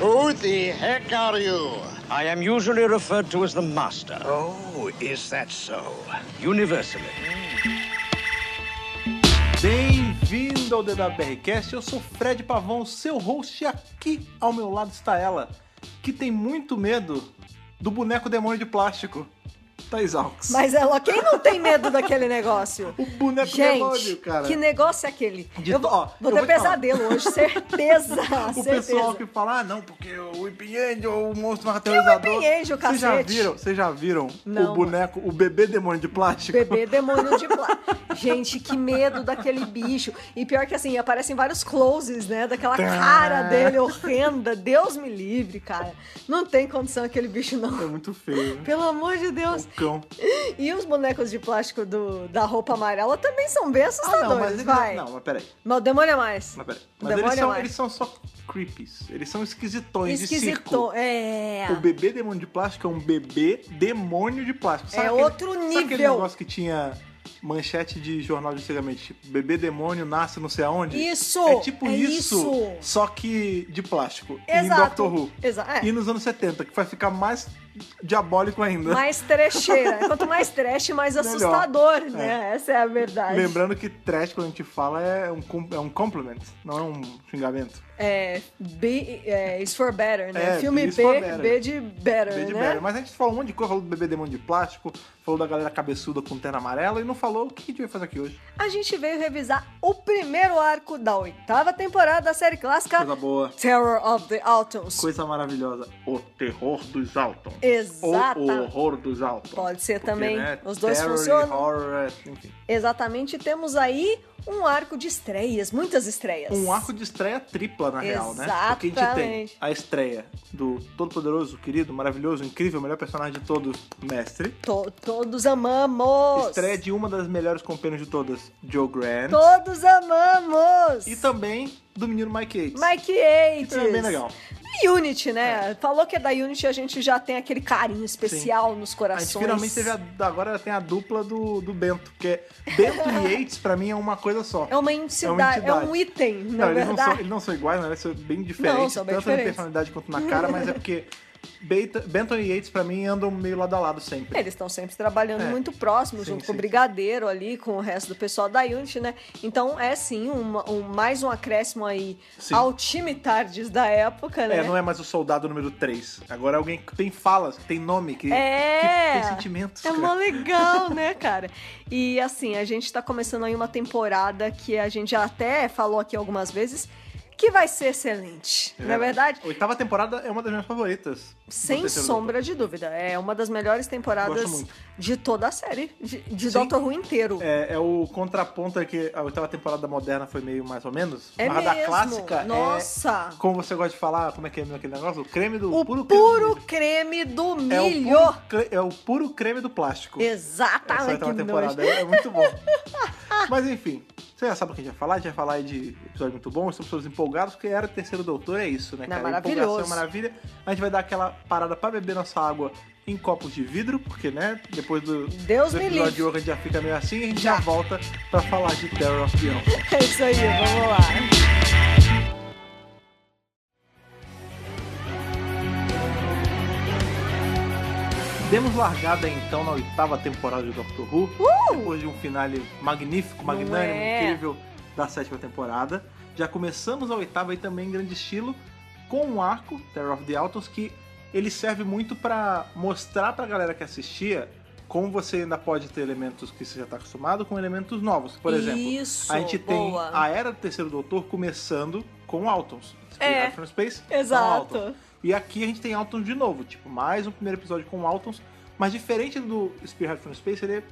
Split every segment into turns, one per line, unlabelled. Who the heck are you?
I am usually referred to as the Master,
Oh, is that so?
universally.
Bem-vindo ao DWRcast, eu sou Fred Pavão, seu host, e aqui ao meu lado está ela, que tem muito medo do boneco demônio de plástico, Thais Alves.
Mas ela, quem não tem medo daquele negócio?
O boneco
Gente,
demônio, cara.
que negócio é aquele?
De-
eu vou,
ó,
vou
eu vou
ter
te
pesadelo hoje, certeza,
O
certeza.
pessoal que fala, ah, não, porque o Whipping Angel, o monstro
Que
aterrorizador.
Whipping Angel,
Vocês já
cacete?
viram, vocês já viram o
Não.
boneco, o bebê demônio de plástico?
Bebê demônio de plástico. Gente, que medo daquele bicho. E pior que assim, aparecem vários closes, né? Daquela
Tá.
cara dele horrenda. Deus me livre, cara. Não tem condição aquele bicho,
É
não.
muito feio, né?
Pelo amor de Deus.
O cão.
E os bonecos de plástico do, da roupa amarela também são bem assustadores,
Ah, não, mas ele-
vai.
Não, mas peraí.
Mas o demônio é mais.
Mas, peraí.
O
Mas eles,
demônio é
são,
mais.
eles são só creepies. Eles são esquisitões de circo.
Esquisito. É.
O bebê demônio de plástico é um bebê demônio de plástico.
É outro
Sabe aquele
nível.
negócio que tinha manchete de jornal de antigamente? Tipo, bebê demônio nasce não sei aonde?
Isso,
É tipo
é
isso,
isso.
só que de plástico. E em
Exato,
Doctor Who.
exa- é.
E nos anos 70, que vai ficar mais diabólico ainda.
Mais trecheira. Quanto mais trash, mais
Melhor.
assustador, né? Essa é a verdade.
Lembrando que trash, quando a gente fala, é um, com- é um compliment, não é um xingamento.
É, B é, is for better, né?
É,
Filme
Is for
B,
Better.
B de better,
Bem de
né?
velho. Mas a gente falou um monte de coisa, falou do bebê demônio de plástico, falou da galera cabeçuda com terno amarelo e não falou o que a gente vai fazer aqui hoje.
A gente veio revisar o primeiro arco da oitava temporada da série clássica
Coisa boa.
Terror of the Autumns.
Coisa maravilhosa. O terror dos Alton. Ou
Exata-
o horror dos Alton.
Pode ser também.
né,
Os dois
terror e
funcionam.
horror, é, enfim.
Exatamente, temos aí um arco de estreias, muitas estreias.
Um arco de estreia tripla, na real, né? Porque a gente tem
Exatamente.
a estreia do todo-poderoso, querido, maravilhoso, incrível, melhor personagem de todos, Mestre.
To- todos amamos!
Estreia de uma das melhores companhias de todas, Joe Grant.
Todos amamos!
E também do menino Mike Yates.
Mike
que
Yates.
também é bem legal.
E Unity, né? Falou que é da Unity, a gente já tem aquele carinho especial nos
A
corações.
gente finalmente teve a, agora tem a dupla do, do Bento, porque Bento e Yates, pra mim, é uma coisa só.
É uma entidade, é,
entidade.
um item, na
não, eles não, são,
verdade.
eles não são iguais, na verdade, são bem diferentes,
Não, são bem
tanto na
diferentes.
personalidade quanto na cara, mas é porque Beta- Benton e Yates, pra mim, andam meio lado a lado sempre.
Eles estão sempre trabalhando
É.
muito próximo,
Sim,
junto
sim,
com o Brigadeiro ali, com o resto do pessoal da Unity, né? Então é sim uma- um, mais um acréscimo aí
Sim.
ao time Tardes da época, né?
É, não é mais o soldado número 3. Agora é alguém que tem falas, que tem nome, que,
É.
que tem sentimentos.
É
cara.
mó legal, né, cara? E assim, a gente tá começando aí uma temporada que a gente já até falou aqui algumas vezes que vai ser excelente.
É
Na verdade,
Oitava temporada é uma das minhas favoritas. do
sem
terceiro
sombra de dúvida, é uma das melhores
Gosto
temporadas
muito.
de toda a série, de, de
Sim.
Doctor Who inteiro.
É, é o contraponto é que a oitava temporada moderna foi meio mais ou menos.
É
mas a da
mesmo.
clássica
Nossa.
é. Como você gosta de falar, como é que é mesmo aquele negócio? O creme do
O
puro,
puro,
creme.
creme do
do- É o,
milho.
puro, cre- é o puro creme do plástico. Essa
Exatamente.
oitava
que
temporada
nojo.
é, é muito bom. mas enfim, você já sabe o que a gente vai falar, a gente vai falar aí de episódio muito bom, estamos todos empolgados, porque era o terceiro doutor, é isso, né,
Não,
cara?
maravilhoso.
Empolgação é maravilha. A gente vai dar aquela parada pra beber nossa água em copos de vidro, porque, né, depois do,
Deus
do
me
episódio
livre.
de hoje a gente já fica meio assim e a gente já volta pra falar de Terror of the Elf.
É isso aí, vamos lá.
Demos largada então na oitava temporada de Doctor Who, depois de um finale magnífico, magnânimo,
Uh! é?
incrível da sétima temporada. Já começamos a oitava e também em grande estilo com um arco, Terror of the Autos, que ele serve muito pra mostrar pra galera que assistia como você ainda pode ter elementos que você já tá acostumado com elementos novos. Por exemplo,
Isso,
a gente
boa.
tem a Era do Terceiro Doutor começando com Altons.
É.
Out from Space, com
Exato.
Altons. E aqui a gente tem Altons de novo, tipo, mais um primeiro episódio com Altons, mas diferente do Spearhead from Space, ele é,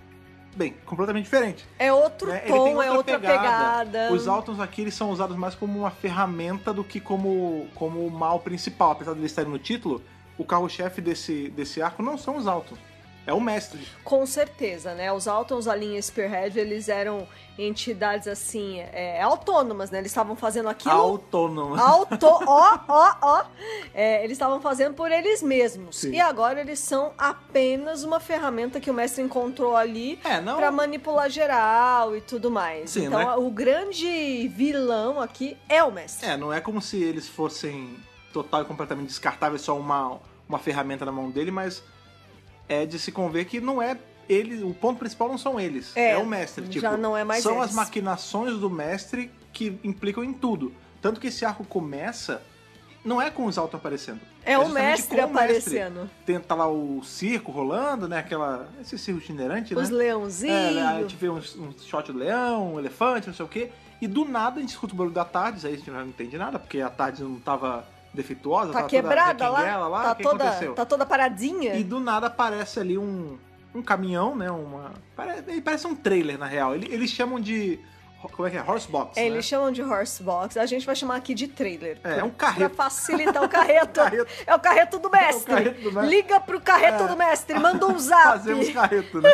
bem, completamente diferente.
É outro
né? Ele
tom,
tem outra
é outra
pegada.
pegada.
Os Altons aqui, eles são usados mais como uma ferramenta do que como, como o mal principal, apesar de eles estarem no título, o carro-chefe desse, desse arco não são os Altons, é o mestre.
Com certeza, né? Os Altons, a linha Spearhead, eles eram entidades assim, é, autônomas, né? Eles estavam fazendo aquilo.
Autônomo.
Auto, ó, ó, ó. É, eles estavam fazendo por eles mesmos.
Sim.
E agora eles são apenas uma ferramenta que o mestre encontrou ali
É, não-
pra manipular geral e tudo mais.
Sim,
então,
né?
o grande vilão aqui é o mestre.
É, não é como se eles fossem total e completamente descartável, é só uma, uma ferramenta na mão dele, mas é de se conver que não é ele, o ponto principal não são eles, é,
É,
o mestre.
já
Tipo,
não é mais
são
eles.
as maquinações do mestre que implicam em tudo. Tanto que esse arco começa, não é com os altos aparecendo.
É o
justamente
mestre
com o
aparecendo.
Tem, tá lá o circo rolando, né? Aquela. Esse circo itinerante,
Os
né? É, a
leãozinhos.
gente vê um, um shot do leão, um elefante, não sei o quê. E do nada a gente escuta o barulho da Tardes, aí a gente não entende nada, porque a Tardes não tava defeituosa,
tá
tava
quebrada
toda é
lá,
requenguela lá.
Tá,
o que
toda,
aconteceu?
tá toda paradinha.
E do nada aparece ali um, um caminhão, né? Uma, parece, ele parece um trailer, na real. Ele- eles chamam de. Como é que é? Horsebox.
É,
né?
Eles chamam de horse box, a gente vai chamar aqui de trailer.
É, é um
Pra
carreto. um
facilitar o carreto.
Carreto.
É o carreto do mestre.
carreto do mestre.
Liga pro carreto
É.
do mestre, manda um zap.
Fazemos carreto, né?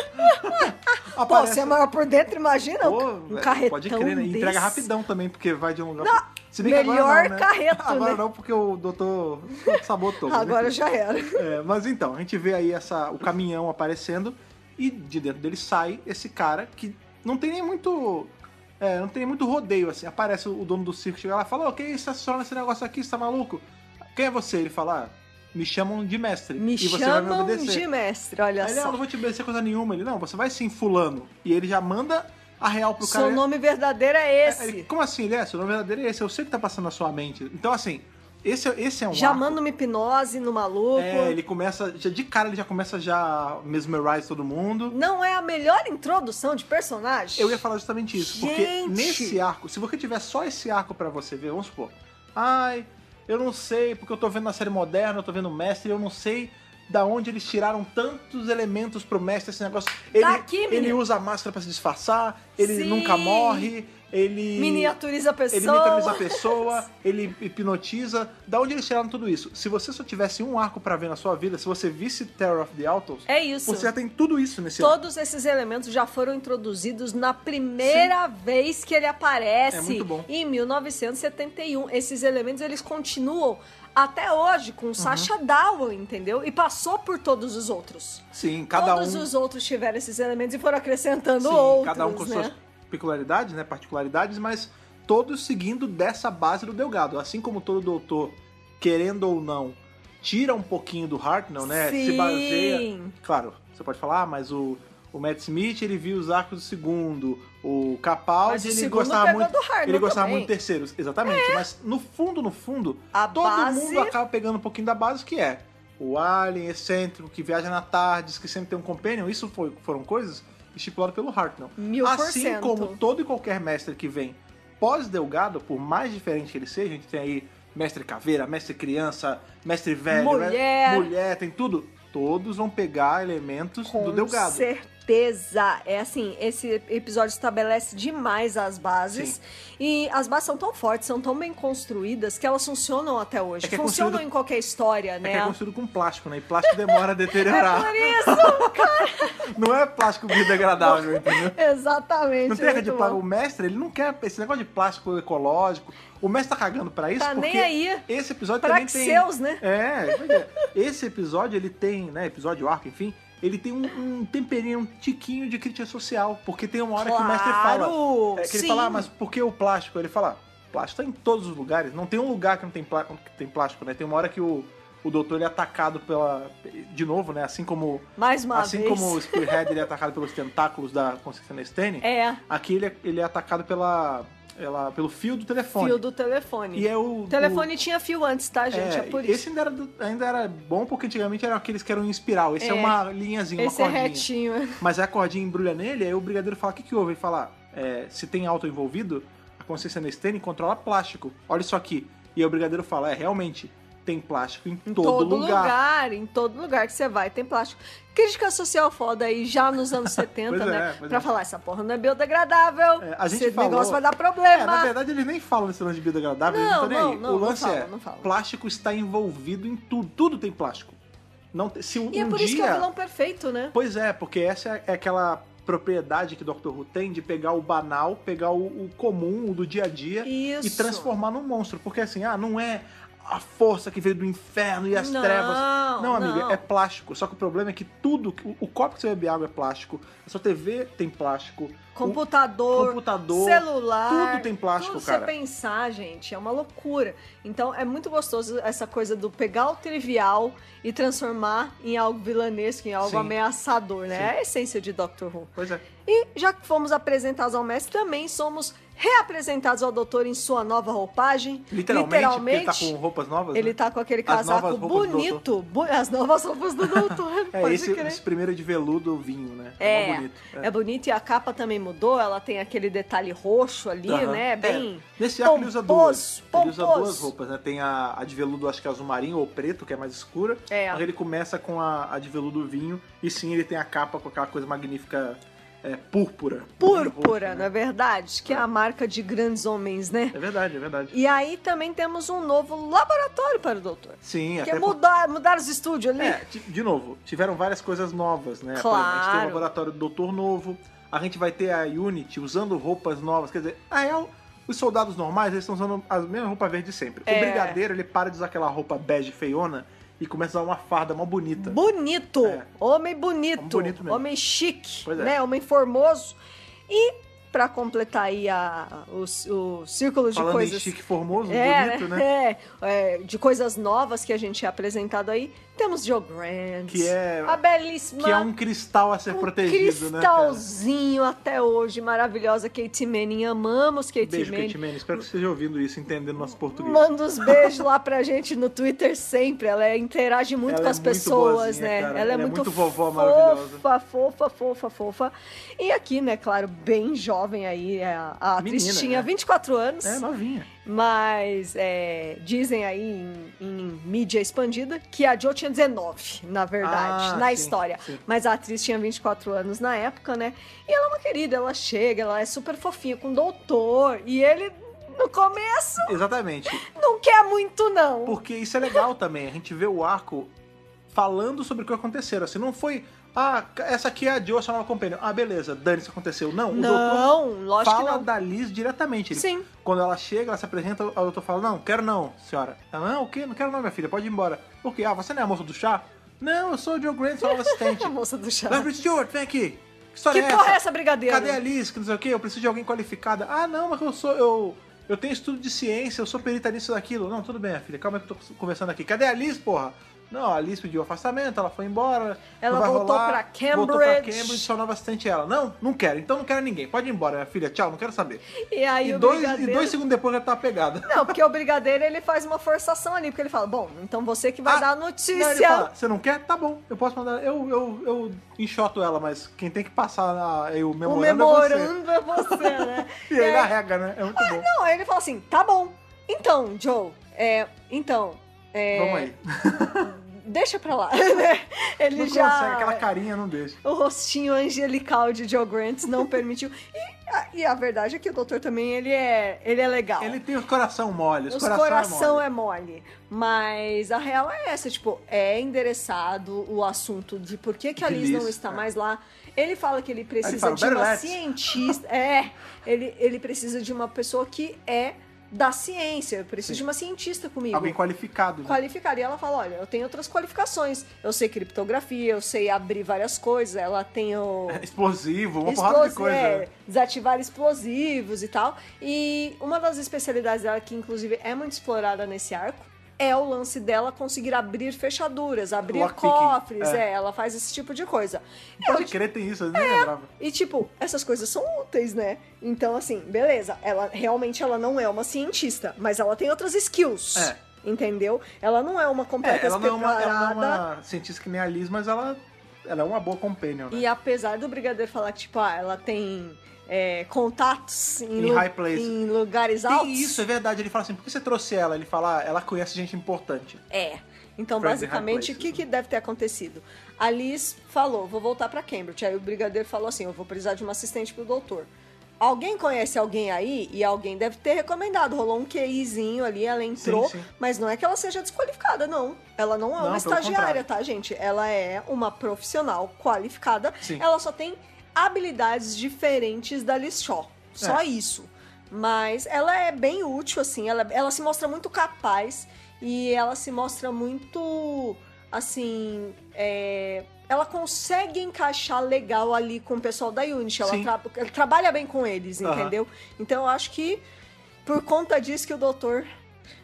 Pô, você é maior por dentro, imagina
Pô,
um
velho,
carretão
Pode crer, né?
desse.
Entrega rapidão também, porque vai de um lugar.
Não,
pro- Se bem que agora
melhor
não, né?
carreto,
Agora
né?
não, porque o doutor sabotou. mas
Agora
enfim.
já era.
É, mas então, a gente vê aí essa, o caminhão aparecendo e de dentro dele sai esse cara que não tem nem muito. é, não tem nem muito rodeio, assim. Aparece o dono do circo, chega lá e fala: Ô, que isso, estaciona esse negócio aqui, você tá maluco? Quem é você? Ele fala: "Ah, Me chamam de mestre.
Me
e você vai me
chamam
obedecer.
de mestre, olha
Aí ele, "Ah,
só.
eu não vou te obedecer coisa nenhuma. Ele, não, você vai sim, fulano. E ele já manda a real pro
Seu
cara.
nome verdadeiro é esse.
É, ele, Como assim, ele é? Seu nome verdadeiro é esse. Eu sei o que tá passando na sua mente. Então, assim, esse, é- esse é um
já
arco.
manda uma hipnose no maluco.
É, ele começa, já, de cara ele já começa já mesmerize todo mundo.
Não é a melhor introdução de personagem?
Eu ia falar justamente isso, porque
Gente!
nesse arco, se você tiver só esse arco pra você ver, vamos supor, ai, eu não sei, porque eu tô vendo na série moderna, eu tô vendo o mestre, eu não sei da onde eles tiraram tantos elementos pro mestre, esse negócio. Ele,
aqui,
ele
menino.
usa a máscara pra se disfarçar, ele
Sim.
nunca morre, ele.
Miniaturiza a pessoa.
Ele mentaliza a pessoa, ele hipnotiza. Da onde eles tiraram tudo isso? Se você só tivesse um arco pra ver na sua vida, se você visse Terror of the Altos,
É isso.
você já tem tudo isso nesse arco.
Todos esses elementos já foram introduzidos na primeira vez que ele aparece.
É muito bom.
Em 1971. Esses elementos eles continuam até hoje
Uhum.
com o Sacha Down, entendeu? E passou por todos os outros.
Sim, cada
todos
um.
os outros tiveram esses elementos e foram acrescentando
sim,
outros.
cada um com
né?
suas peculiaridades, né? Particularidades, mas todos seguindo dessa base do Delgado. Assim como todo doutor, querendo ou não, tira um pouquinho do Hartnell, né? Se
Sim.
baseia. Claro, você pode falar, ah, mas o. O Matt Smith, ele viu os arcos do segundo. O
Mas
Capaldi,
o
ele
segundo
gostava
pegou
muito.
do Hartnell
ele gostava
também. É.
muito do terceiro, exatamente. Mas no fundo, no fundo,
A
todo
base-
mundo acaba pegando um pouquinho da base, que é o alien excêntrico que viaja na tarde, que sempre tem um companion. Isso foi- foram coisas estipuladas pelo Hartnell.
Mil por
assim
cento.
como todo e qualquer mestre que vem pós-Delgado, por mais diferente que ele seja, a gente tem aí mestre caveira, mestre criança, mestre velho,
Mulher.
né? mulher tem tudo. Todos vão pegar elementos
Com
do Delgado. É
certeza. É assim, esse episódio estabelece demais as bases. E as bases são tão fortes, são tão bem construídas, que elas funcionam até hoje.
É que é
funcionam
construído-
em qualquer história,
É
né? É
que é construído com plástico, né? E plástico demora a deteriorar.
Por isso!
Não é plástico biodegradável, entendeu?
Exatamente.
Não tem essa
é muito
de
bom.
plástico. O mestre, ele não quer esse negócio de plástico ecológico. O mestre tá cagando pra isso
Tá
porque
nem aí.
esse episódio também tem...
Praxeus, né?
É, pois é. esse episódio, ele tem, né, episódio arco, enfim, ele tem um, um temperinho, um tiquinho de crítica social, porque tem uma hora que o mestre fala...
Claro,
É, que ele
sim.
fala, ah, mas por que o plástico? Ele fala, "Ah, plástico tá em todos os lugares, não tem um lugar que não tem, plá- que tem plástico, né? Tem uma hora que o, o doutor, ele é atacado pela... De novo, né, assim como...
Mais uma
assim
vez.
como o Spearhead, ele é atacado pelos tentáculos da Constantine Stane,
É,
Aqui ele é, ele é atacado pela, ela- pelo fio do telefone.
fio do telefone.
E é o.
O telefone tinha fio antes, tá,
o-
gente? É, por isso.
esse ainda era, do- ainda era bom porque antigamente eram aqueles que eram em espiral. Esse é,
É.
uma linhazinha,
Esse
uma
é
cordinha.
retinho.
Mas é a cordinha embrulha nele, aí o brigadeiro fala: o que, que houve? Ele fala: "É, se tem auto envolvido, a consciência Nestene controla plástico. Olha isso aqui. E aí o brigadeiro fala: é, realmente, tem plástico em,
Em
todo, lugar.
em todo lugar que você vai tem plástico. Crítica social foda aí já nos anos 70,
Pois é,
né?
pois
pra
é.
falar, essa porra não é biodegradável.
É, a gente
esse
falou-
negócio vai dar
É, na
problema.
verdade eles nem falam desse lance de biodegradável, eles
Não,
não estão nem aí.
não, não,
o lance
não falam,
é,
não falam.
plástico está envolvido em tudo, tudo tem plástico. Não, te- se um,
e é
um
por
dia...
isso que é o vilão perfeito, né?
Pois é, porque essa é- é aquela propriedade que Doctor Who tem de pegar o banal, pegar o, o comum, o do dia a dia
Isso.
e transformar num monstro. Porque assim, ah, não é a força que veio do inferno e as
Não,
trevas. Não, amigo,
não.
é plástico. Só que o problema é que tudo, o, o copo que você bebe água é plástico, a sua TV tem plástico. o-
Computador,
um computador,
celular.
tudo tem plástico,
tudo que
cara.
você pensar, gente, é uma loucura. Então é muito gostoso essa coisa do pegar o trivial e transformar em algo vilanesco, em algo
Sim.
ameaçador, né? É a essência de Doctor Who.
Pois é.
E já que fomos apresentados ao mestre, também somos reapresentados ao doutor em sua nova roupagem.
Literalmente,
Literalmente,
porque ele tá com roupas novas.
ele
né?
tá com aquele
As
casaco
novas roupas do
bonito, bu- as novas roupas do doutor.
É
pode
esse,
crer.
esse primeiro de veludo vinho, né?
É,
mó bonito.
é bonito e a capa também mudou, ela tem aquele detalhe roxo ali,
Aham.
né? Bem.
É. Nesse arco ele usa duas.
pomposo,
Ele usa
pomposo.
duas roupas, né? Tem a, a de veludo, acho que é azul marinho ou preto, que é mais escura.
É.
Mas ele começa com a, a de veludo vinho. E sim, ele tem a capa com aquela coisa magnífica é, púrpura.
Púrpura,
Roxa,
não é verdade? Que é. a marca de grandes homens, né?
É verdade, é verdade.
E aí também temos um novo laboratório para o doutor.
Sim,
Que
até
é
por-
mudar, mudar os estúdios ali.
É, ti- de novo, tiveram várias coisas novas, né?
Claro.
a gente tem o laboratório do Doutor Novo, a gente vai ter a Unity usando roupas novas, quer dizer, na real, os soldados normais, eles estão usando a mesma roupa verde sempre.
É.
O Brigadeiro, ele para de usar aquela roupa bege feiona e começa a usar uma farda mó bonita.
Bonito.
É.
Homem bonito.
Homem bonito mesmo.
Homem chique,
Pois é.
né? Homem formoso. E pra completar aí a, o, o círculo de
Falando
coisas.
em chique formoso, bonito, né?
É, é, de coisas novas que a gente é apresentado aí. Temos Joe Grant.
Que é-
A belíssima...
Que é um cristal a ser
um
protegido, né? cara?
cristalzinho até hoje, maravilhosa Kate Manning. Amamos Kate
Beijo,
Manning.
Kate Manning. Espero que você esteja ouvindo isso, entendendo nosso português.
Manda uns beijos lá pra gente no Twitter sempre. Ela é- interage muito
Ela
com
é
as
muito
pessoas,
boazinha,
né?
cara.
Ela é
Ela é
muito,
muito vovó
Fofa, fofa, fofa, fofa. E aqui, né, claro, bem jovem aí, é a, a atriz
Menina, né?
tinha 24 anos.
É, novinha.
Mas é, dizem aí em, em mídia expandida que a Jo tinha 19, na verdade,
Ah,
na
sim,
história.
sim.
Mas a atriz tinha 24 anos na época, né? E ela é uma querida, ela chega, ela é super fofinha com o doutor. E ele, no começo,
Exatamente.
não quer muito, não.
Porque isso é legal também, a gente vê o arco falando sobre o que aconteceu. Assim, não foi, ah, essa aqui é a Joe, sua nova companheira. Ah, beleza, dane isso aconteceu. Não, o doutor
não, lógico que
fala
não.
da Liz diretamente. Ele-
Sim.
Quando ela chega, ela se apresenta, o doutor fala, não, quero não, senhora. Ela, não, o quê? Não quero não, minha filha, pode ir embora. Por quê? Ah, você não é a moça do chá? Não, eu sou o Joe Grant, sou nova assistente.
A moça do chá.
Larry Stewart, vem aqui. Que história
Tá. Que
é
porra é
essa?
essa, brigadeiro?
Cadê a Liz? Que não sei o quê? Eu preciso de alguém qualificada. Ah, não, mas eu sou. Eu, eu tenho estudo de ciência, eu sou perita nisso daquilo. Não, tudo bem, minha filha. Calma aí que eu tô conversando aqui. Cadê a Liz, porra? Não, a Liz pediu afastamento, ela foi embora.
Ela
não vai
voltou
rolar,
pra
Voltou pra
Cambridge.
Cambridge, sua nova assistente é ela. Não, não quero, então não quero ninguém. Pode ir embora, minha filha. Tchau, não quero saber.
E aí
e,
o
dois, e
brigadeiro...
dois segundos depois já tá pegada.
Não, porque o brigadeiro ele faz uma forçação ali, porque ele fala: Bom, então você que vai
Ah,
dar a
Não,
notícia.
ele fala, você não quer? Tá bom, eu posso mandar. Eu, eu, eu enxoto ela, mas quem tem que passar na- aí o
O
memorando, é
memorando é você, né?
você. E aí
aí-
arrega, né? É muito
Ah,
bom.
não, aí ele fala assim: tá bom. Então, Joe, é. Então. É,
Vamos aí.
Deixa pra lá, né? Ele
Não
já.
consegue, aquela carinha não deixa.
O rostinho angelical de Joe Grant não permitiu. E a, e a verdade é que o doutor também, ele é, ele é legal.
Ele tem o coração mole, os
Os
coração,
coração
é mole.
é mole. Mas a real é essa, tipo, é endereçado o assunto de por que, que a
De
Liz não
Liz,
está
é.
mais lá. Ele fala que ele precisa
fala,
de
"Better
uma
let's."
cientista. É, ele, ele precisa de uma pessoa que é da ciência. Eu preciso de uma cientista comigo.
Alguém qualificado. né?
Qualificar. E ela fala: olha, eu tenho outras qualificações. Eu sei criptografia, eu sei abrir várias coisas. Ela tem o.
Explosivo, uma porrada de
Explosi-
coisa. né?
é, desativar explosivos e tal. E uma das especialidades dela, que inclusive é muito explorada nesse arco, é o lance dela conseguir abrir fechaduras, abrir
Lockpicking,
cofres.
é.
É. ela faz esse tipo de coisa. Eu-
Pode crer, tem isso, eu nem lembrava.
e tipo, essas coisas são úteis, né? Então, assim, beleza, ela realmente ela não é uma cientista, mas ela tem outras skills.
É.
Entendeu? Ela não é uma
É,
completa
ela não é, uma, ela não é
espetarada.
uma cientista que nem a Liz, mas ela, ela é uma boa companion, né?
E apesar do Brigadeiro falar que, tipo, ah, ela tem é, contatos em,
Em high place.
em lugares altos.
Tem isso, é verdade. Ele fala assim, por que você trouxe ela? Ele fala, ah, ela conhece gente importante.
É. Então,
Friends in high
basicamente, o que,
places, né?
que deve ter acontecido? A Liz falou, vou voltar pra Cambridge. Aí o Brigadeiro falou assim, eu vou precisar de uma assistente pro doutor. Alguém conhece alguém aí e alguém deve ter recomendado. Rolou um QIzinho ali, ela entrou,
sim.
mas não é que ela seja desqualificada, não. Ela não
Não,
é uma
pelo
estagiária,
contrário.
tá, gente? Ela é uma profissional qualificada.
Sim.
Ela só tem habilidades diferentes da Liz Shaw. é Só isso. Mas ela é bem útil, assim, ela, ela se mostra muito capaz. E ela se mostra muito assim. é, ela consegue encaixar legal ali com o pessoal da Unity. Ela,
Sim.
tra- ela trabalha bem com eles,
Aham.
entendeu? Então eu acho que por conta disso que o doutor.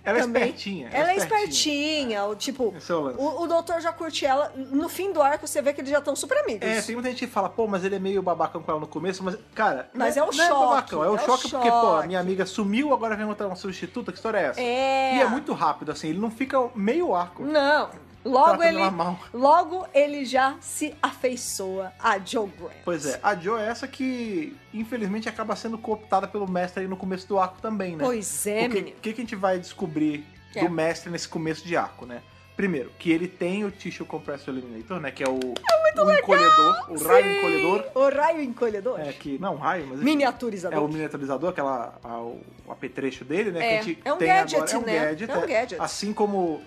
Ela
também...
é espertinha.
Ela é espertinha. o tipo,
Esse é o lance.
o, o doutor já curte ela. No fim do arco, você vê que eles já estão super amigos.
É, tem muita gente que fala, pô, mas ele é meio babacão com ela no começo, mas, cara,
Mas
não
é o
não
choque,
É, babacão, é o
é o
choque, porque, pô, a
choque.
minha amiga sumiu, agora vem encontrar uma substituta, que história é essa?
É.
E é muito rápido, assim, ele não fica meio arco. Tá
Não. Logo
Tratando
ele,
ela mal.
logo ele já se afeiçoa a Joe Grant.
Pois é, a Jo é essa que, infelizmente, acaba sendo cooptada pelo mestre aí no começo do arco também, né?
Pois é,
O que,
menino.
o que que a gente vai descobrir
É.
do mestre nesse começo de arco, né? Primeiro, que ele tem o Tissue Compressor Eliminator, né? Que é o, o encolhedor, o raio
Sim,
é encolhedor.
O raio encolhedor.
É, que, não, raio, mas... enfim.
Miniaturizador.
É o miniaturizador, aquela, a- o apetrecho dele, né?
É,
que a gente
é um
tem
gadget,
agora. É um
né?
gadget,
É um gadget.
Assim como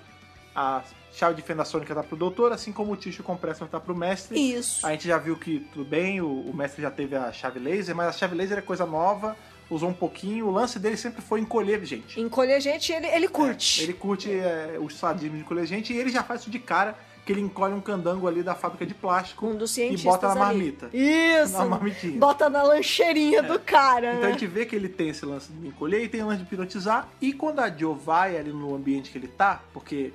a chave de fenda sônica tá pro doutor, assim como o Tissue Compressor tá pro mestre.
Isso.
A gente já viu que tudo bem, o, o mestre já teve a chave laser, mas a chave laser é coisa nova, usou um pouquinho. O lance dele sempre foi encolher gente.
Encolher gente, ele, ele curte.
É, Ele curte é, o sadismo de encolher gente e ele já faz isso de cara, que ele encolhe um candango ali da fábrica de plástico
Um dos
e
cientistas
bota na
ali.
marmita.
Isso.
Na marmitinha.
Bota na lancheirinha do cara,
Então a
né?
gente vê que ele tem esse lance de encolher e tem o lance de pilotizar. E quando a Joe vai ali no ambiente que ele tá, porque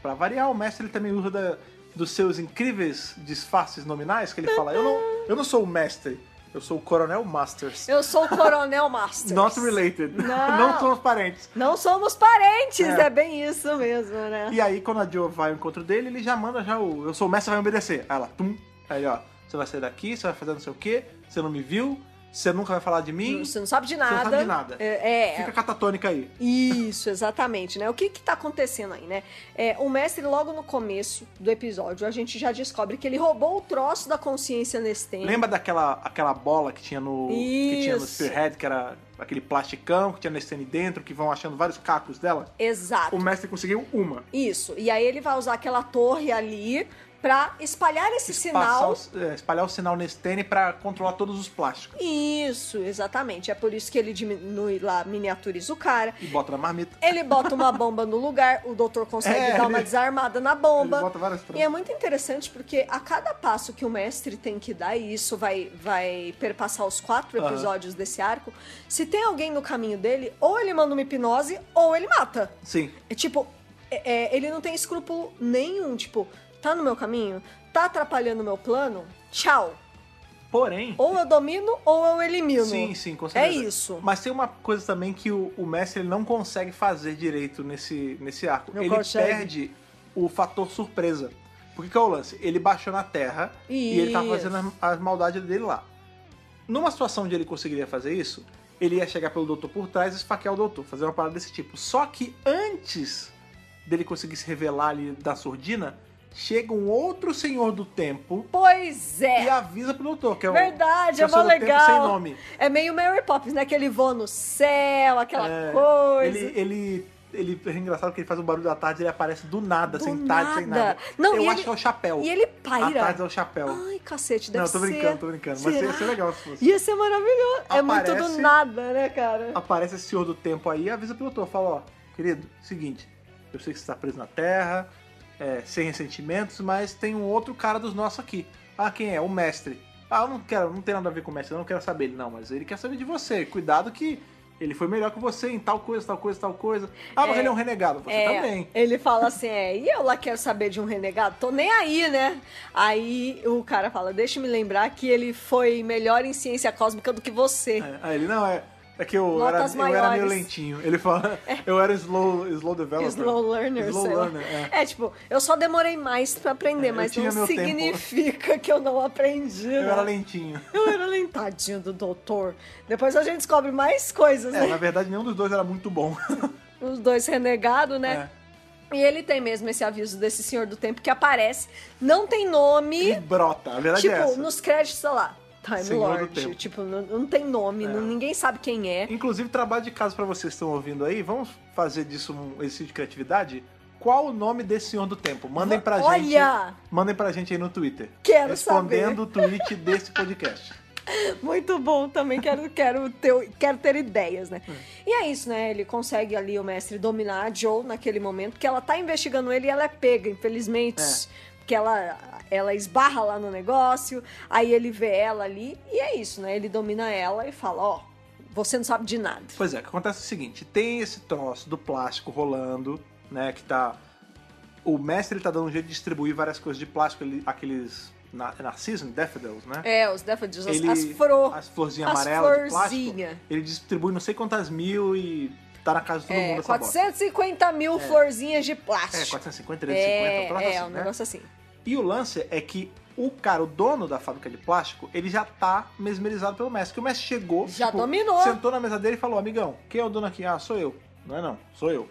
pra variar, o mestre ele também usa da- dos seus incríveis disfarces nominais, que ele fala: eu não, eu não sou o mestre, eu sou o Coronel Masters.
Eu sou o Coronel Masters.
Not related.
Não.
somos parentes.
Não somos parentes,
É.
é, bem isso mesmo, né?
E aí, quando a Joe vai ao encontro dele, ele já manda já o Eu sou o mestre, vai me obedecer. Aí ela, tum. Aí ele, ó, você vai sair daqui, você vai fazer não sei o quê, você não me viu, você nunca vai falar de mim.
Você não sabe de nada.
sabe de nada.
É, é.
Fica catatônica aí.
Isso, exatamente, né? O que que tá acontecendo aí, né? É, o mestre, logo no começo do episódio, a gente já descobre que ele roubou o troço da consciência nesse tempo.
Lembra daquela aquela bola que tinha no que tinha no
Isso.
Spearhead, que era aquele plasticão que tinha na Nestene dentro, que vão achando vários cacos dela?
Exato.
O mestre conseguiu uma.
Isso. E aí ele vai usar aquela torre ali pra espalhar esse
Passar
sinal.
o- é, espalhar o sinal Nestene pra controlar todos os plásticos.
Isso, exatamente. É por isso que ele diminui lá, miniaturiza o cara.
E bota na marmita.
Ele bota uma bomba no lugar, o doutor consegue
É,
dar
ele-
uma desarmada na bomba.
ele bota várias
e é
trancas.
muito interessante porque a cada passo que o mestre tem que dar, e isso vai, vai perpassar os quatro
Aham.
episódios desse arco, se tem alguém no caminho dele, ou ele manda uma hipnose, ou ele mata.
Sim.
É tipo, é- é, ele não tem escrúpulo nenhum. Tipo, tá no meu caminho? Tá atrapalhando o meu plano? Tchau.
Porém.
Ou eu domino ou eu elimino.
Sim, sim, com
É
certeza.
isso.
Mas tem uma coisa também que o, o mestre ele não consegue fazer direito nesse, nesse arco.
Não
ele
consegue.
perde o fator surpresa. Porque que é o lance? Ele baixou na terra e ele tá fazendo as, as maldades dele lá. Numa situação onde ele conseguiria fazer isso, ele ia chegar pelo doutor por trás e esfaquear o doutor, fazer uma parada desse tipo. Só que antes dele conseguir se revelar ali da surdina, chega um outro senhor do tempo
Pois é.
e avisa pro doutor, que é o
Verdade,
que
é
o senhor
mó
do tempo
legal.
sem nome.
É meio Mary Poppins, né? Que ele voa no céu, aquela
É,
coisa.
Ele, ele, ele é engraçado que ele faz um barulho da tarde ele aparece do nada,
Do
sentado, sem
nada.
nada.
Não,
Eu
e
acho
ele-
que é o chapéu.
E ele
A
paira.
tarde é o chapéu.
Ai, cacete, deve
Não, tô
ser.
brincando, tô brincando. Mas
Será?
ia ser legal se fosse.
Ia ser maravilhoso. É muito do
Aparece-
nada, né, cara?
Aparece esse senhor do tempo aí e avisa o doutor. Fala, ó, querido, seguinte, eu sei que você tá preso na terra, é, sem ressentimentos, mas tem um outro cara dos nossos aqui. Ah, quem é? O mestre. Ah, eu não quero, não tem nada a ver com o mestre, eu não quero saber ele, não, mas ele quer saber de você. Cuidado que ele foi melhor que você em tal coisa, tal coisa, tal coisa. Ah, mas
É.
ele é um renegado, você
É,
também.
Ele fala assim: é, e eu lá quero saber de um renegado? Tô nem aí, né? Aí o cara fala: deixa eu me lembrar que ele foi melhor em ciência cósmica do que você.
É, Aí ele, não, é. É que eu era,
Notas
eu era meio
maiores. É.
lentinho. Ele fala, eu era slow, slow developer.
Slow learner,
Slow
sei lá.
learner, é.
é. tipo, eu só demorei mais pra aprender,
É, eu
mas
tinha
não
meu tempo.
significa que eu não aprendi.
Eu
né?
era lentinho.
Eu era lentadinho do doutor. Depois a gente descobre mais coisas,
É,
né?
na verdade, nenhum dos dois era muito bom.
É. Os dois renegados, né?
É.
E ele tem mesmo esse aviso desse senhor do tempo que aparece, não tem nome,
Ele brota, a verdade
tipo,
é essa.
nos créditos, sei lá, Time
Senhor do
Lord.
Tempo.
Tipo, não, não tem nome, não- ninguém sabe quem é.
Inclusive, trabalho de casa pra vocês que estão ouvindo aí, vamos fazer disso um exercício de criatividade? Qual o nome desse senhor do tempo? Mandem pra gente.
Olha!
Mandem pra gente aí no Twitter.
Quero
Respondendo o tweet desse podcast.
Muito bom também, quero, quero, ter, quero ter ideias, né? E é isso, né? Ele consegue ali, o mestre, dominar a Joe naquele momento, porque ela tá investigando ele e ela é pega, infelizmente. Porque ela, ela esbarra lá no negócio, aí ele vê ela ali, e é isso, né? Ele domina ela e fala, ó, você não sabe de nada.
Pois é, o que acontece é o seguinte: tem esse troço do plástico rolando, né? Que tá. O mestre ele tá dando um jeito de distribuir várias coisas de plástico, ele- aqueles. Na, Narciso, Daffodils, né?
É, os daffodils, as,
Ele-
as fro...
As florzinhas
as
amarelas de
florzinha.
plástico. Ele distribui não sei quantas mil e tá na casa de todo mundo
É,
essa bosta.
450 mil florzinhas de plástico.
É, 450, 350,
É,
um troço
é,
assim,
um
né?
negócio assim.
E o lance é que o cara, o dono da fábrica de plástico, ele já tá mesmerizado pelo mestre. Que o mestre chegou. tipo,
Já dominou.
Sentou na mesa dele e falou: Amigão, quem é o dono aqui? Ah, sou eu. Não é não, sou eu.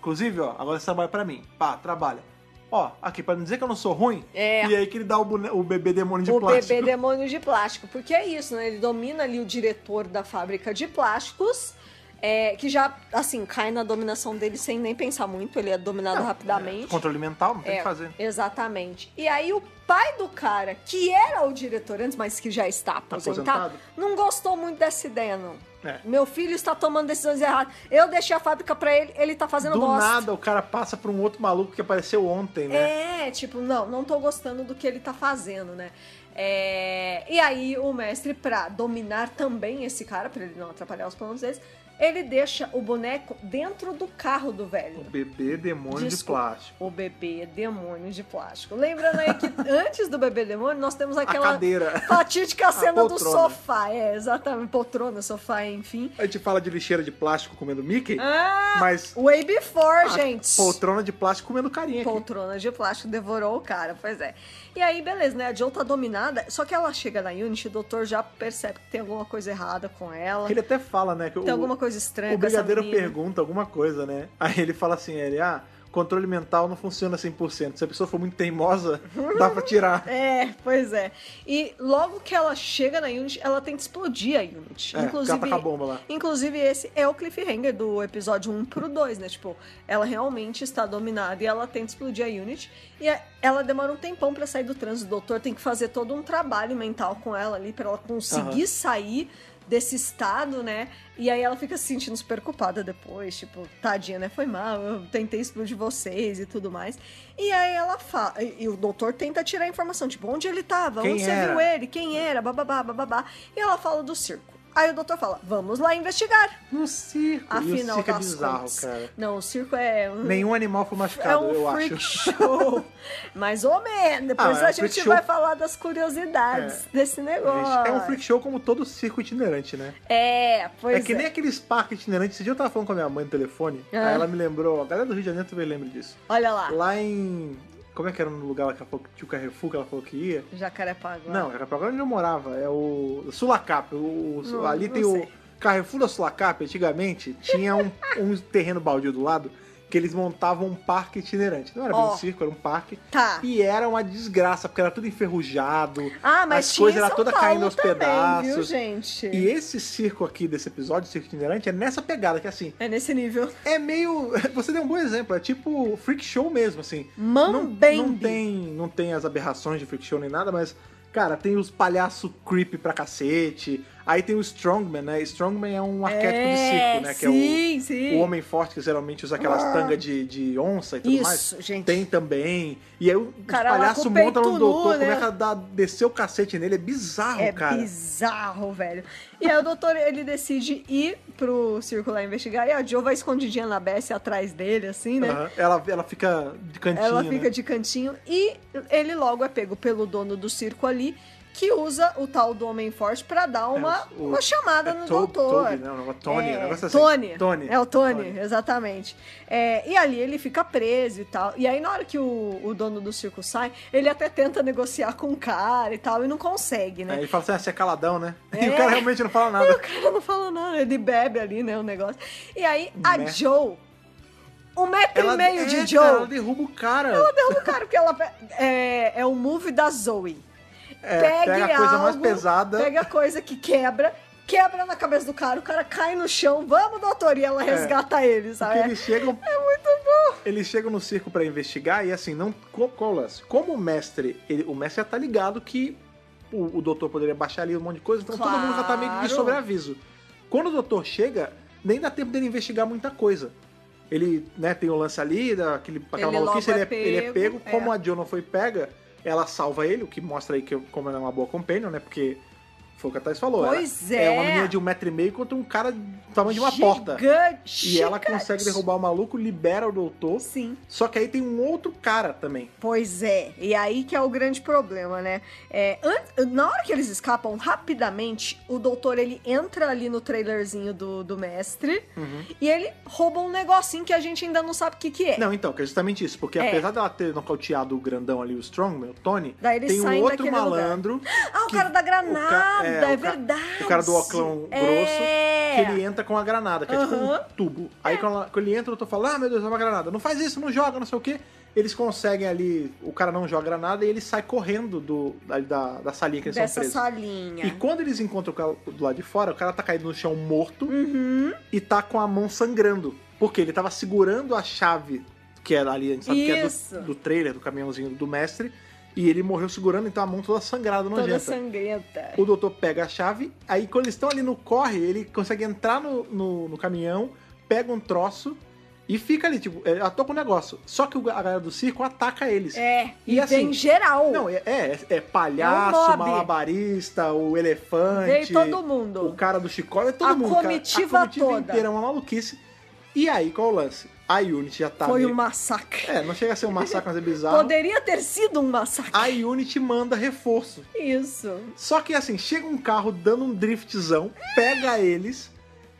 Inclusive, ó, agora você trabalha pra mim. Pá, trabalha. Ó, aqui, pra não dizer que eu não sou ruim.
É.
E aí que ele dá o, bone- o bebê demônio de
o
plástico.
bebê demônio de plástico. Porque é isso, né? Ele domina ali o diretor da fábrica de plásticos, é, que já, assim, cai na dominação dele sem nem pensar muito. Ele é dominado rapidamente. É.
Controle mental, não tem o que fazer.
Exatamente. E aí o pai do cara, que era o diretor antes, mas que já está aposentado,
Tá Aposentado.
não gostou muito dessa ideia, não.
É.
Meu filho está tomando decisões erradas. Eu deixei a fábrica pra ele, ele tá fazendo
Do
bosta.
nada o cara passa pra um outro maluco que apareceu ontem, né?
É, tipo, não, não tô gostando do que ele tá fazendo, né? É, E aí, o mestre, pra dominar também esse cara, pra ele não atrapalhar os planos deles, ele deixa o boneco dentro do carro do velho.
O bebê demônio de
Desculpa.
plástico.
O bebê é demônio de plástico. Lembrando aí que antes do bebê demônio, nós temos aquela
cadeira.
fatídica cena do
poltrona.
sofá. É, exatamente. Poltrona, sofá, enfim.
A gente fala de lixeira de plástico comendo Mickey,
Ah,
mas
way before,
a
gente.
poltrona de plástico comendo carinha aqui.
Poltrona de plástico devorou o cara, pois é. E aí, beleza, né? A Joe tá dominada, só que ela chega na Unity, o doutor já percebe que tem alguma coisa errada com ela.
Ele até fala, né? Que
Tem
o,
alguma coisa estranha
o
com essa
brigadeiro
menina.
pergunta alguma coisa, né? Aí ele fala assim, ele, ah, controle mental não funciona 100%. Se a pessoa for muito teimosa, dá pra tirar.
É, pois é. E logo que ela chega na Unity, ela tenta explodir a Unity.
É, cata com a bomba lá.
inclusive, esse é o cliffhanger do episódio 1 pro 2, né? Tipo, ela realmente está dominada e ela tenta explodir a Unity. E a- ela demora um tempão pra sair do trânsito. O doutor tem que fazer todo um trabalho mental com ela ali pra ela conseguir sair desse estado, né? E aí ela fica se sentindo super culpada depois, tipo, tadinha, né? Foi mal, eu tentei explodir vocês e tudo mais. E aí ela fala, e, e o doutor tenta tirar a informação, tipo, onde ele tava,
Quem
onde você
era?
viu ele, quem era, bababá, bababá. E ela fala do circo. Aí o doutor fala, vamos lá investigar.
No circo. e o
Afinal
circo é
das
bizarro,
contas.
cara.
Não, o circo é... um-
Nenhum animal foi
é
machucado,
um
eu
freak
acho.
show. Mais ou menos. Depois
Ah, é um
a
freak
gente
show.
vai falar das curiosidades desse negócio.
Gente, é um freak show como todo circo itinerante, né?
É, pois é.
é que nem aqueles parques itinerantes. Esse dia eu tava falando com a minha mãe no telefone,
Ah.
aí ela me lembrou, a galera do Rio de Janeiro também lembra disso.
Olha lá,
Lá em. Como é que era no lugar lá que ela falou que tinha o Carrefour que ela falou que ia?
Jacarepaguá.
Não, era pra onde eu morava. É o Sulacap. O, o-
Não,
ali
não
tem
sei.
o. Carrefour da Sulacap, antigamente, tinha um, um terreno baldio do lado que eles montavam um parque itinerante. Não era bem
Ó.
um circo, era um parque.
Tá.
E era uma desgraça, porque era tudo enferrujado.
Ah, mas
as
tinha em
coisas
São
eram toda
Paulo
caindo aos
também,
pedaços.
Viu, gente?
E esse circo aqui desse episódio, circo itinerante, é nessa pegada que assim,
É nesse nível.
é meio. Você deu um bom exemplo, é tipo freak show mesmo, assim.
Mambembe.
Não, não, tem, não tem as aberrações de freak show nem nada, mas, cara, tem os palhaços creepy pra cacete. Aí tem o Strongman, né? Strongman é um arquétipo de circo, né? Que é
sim,
o,
sim. Ah.
o homem forte que geralmente usa aquelas tangas de, de onça e tudo
Isso,
mais.
gente.
Tem também. E aí o
Cara lá
palhaço
com o
monta no
peito
doutor, é
nu, né?
começa a dar, descer o cacete nele. É bizarro,
É
cara.
bizarro, velho. E aí o doutor, ele decide ir pro circo lá investigar. E a Joe vai escondidinha na Bessie atrás dele, assim, né?
Aham. Ela, ela fica de Ah, cantinho.
Ela
né?
fica de cantinho e ele logo é pego pelo dono do circo ali, que usa o tal do Homem Forte pra dar uma,
É, o-
uma chamada
é
no
Tob-
doutor.
Toby, né? O negócio- Tony,
é,
um negócio assim.
Tony.
Tony.
É o Tony,
Tony.
exatamente. É, e ali ele fica preso e tal. E aí, na hora que o, o dono do circo sai, ele até tenta negociar com o cara e tal, e não consegue, né?
Aí ele fala assim, ah, você é caladão, né?
É.
E o cara realmente não fala
E o
nada.
cara não fala nada, ele bebe ali, né, o negócio. E aí, a
Mer-
Joe, um metro e meio
é,
de
cara,
Joe,
ela derruba o cara.
ela derruba o cara, porque ela pe- é, é o move da Zoe.
É,
Pegue
pega a coisa mais
algo,
pesada.
Pega a coisa que quebra, quebra na cabeça do cara, o cara cai no chão, vamos, doutor, e
É.
ela resgata ele, sabe?
Porque eles chegam,
É muito bom.
eles chegam no circo pra investigar e assim, não. Qual, qual o lance? Como o mestre. ele- o mestre já tá ligado que o, o doutor poderia baixar ali um monte de coisa, então todo mundo já tá meio que de
Claro.
sobreaviso. Quando o doutor chega, nem dá tempo dele investigar muita coisa. Ele, né, tem o lance ali, da- aquele, aquela
Ele
maluquice,
logo
ele
é
é, ele é
pego,
pego.
é.
Como a Jill não foi pega, ela salva ele, o que mostra aí que, como ela é uma boa companion, né, porque foi o que a Thais falou. ela
Pois
é
é.
uma menina de um metro e meio contra um cara do tamanho de uma porta.
Gigante.
E ela consegue derrubar o maluco, libera o doutor.
Sim.
Só que aí tem um outro cara também.
Pois é, e aí que é o grande problema, né? É, an- na hora que eles escapam, rapidamente, o doutor ele entra ali no trailerzinho do, do mestre
Uhum.
e ele rouba um negocinho que a gente ainda não sabe o que, que é.
Não, então, que é justamente isso. Porque
É.
apesar dela ter nocauteado o grandão ali, o Strongman, o Tony,
Daí eles
tem um
saem
outro
daquele lugar.
malandro.
Ah, o
que-
cara da granada,
o ca-
é,
o ca-
verdade.
O cara do oclão grosso.
É.
Que ele entra com a granada, que é tipo um
Aham.
tubo. Aí quando, ela- quando ele entra, eu tô falando, ah, meu Deus, é uma granada. Não faz isso, não joga, não sei o quê. Eles conseguem ali, o cara não joga granada e ele sai correndo do, da, da, da salinha que eles
Dessa
são presos.
salinha.
E quando eles encontram o cara do lado de fora, o cara tá caído no chão morto
Uhum.
e tá com a mão sangrando. Porque ele tava segurando a chave, que era ali, a gente sabe que é
Isso.
do, do trailer, do caminhãozinho do mestre, e ele morreu segurando, então a mão toda sangrada,
Toda
nojenta.
sangrenta.
O doutor pega a chave, aí quando eles estão ali no corre, ele consegue entrar no, no, no caminhão, pega um troço e fica ali, tipo, é, atoca o negócio. Só que o- a galera do circo ataca eles.
É,
E
e,
assim,
vem geral.
Não, é, é, é
É um
palhaço,
mob.
malabarista, o elefante.
Veio todo mundo.
O cara do chicote, é todo
A
mundo. cara.
comitiva
a comitiva
toda.
inteira é uma maluquice. E aí, qual é o lance? A Unity já tá.
Foi
meio-
um massacre.
É, não chega a ser um massacre, mas é bizarro.
Poderia ter sido um massacre.
A Unity manda reforço.
Isso.
Só que assim, chega um carro dando um driftzão, pega eles.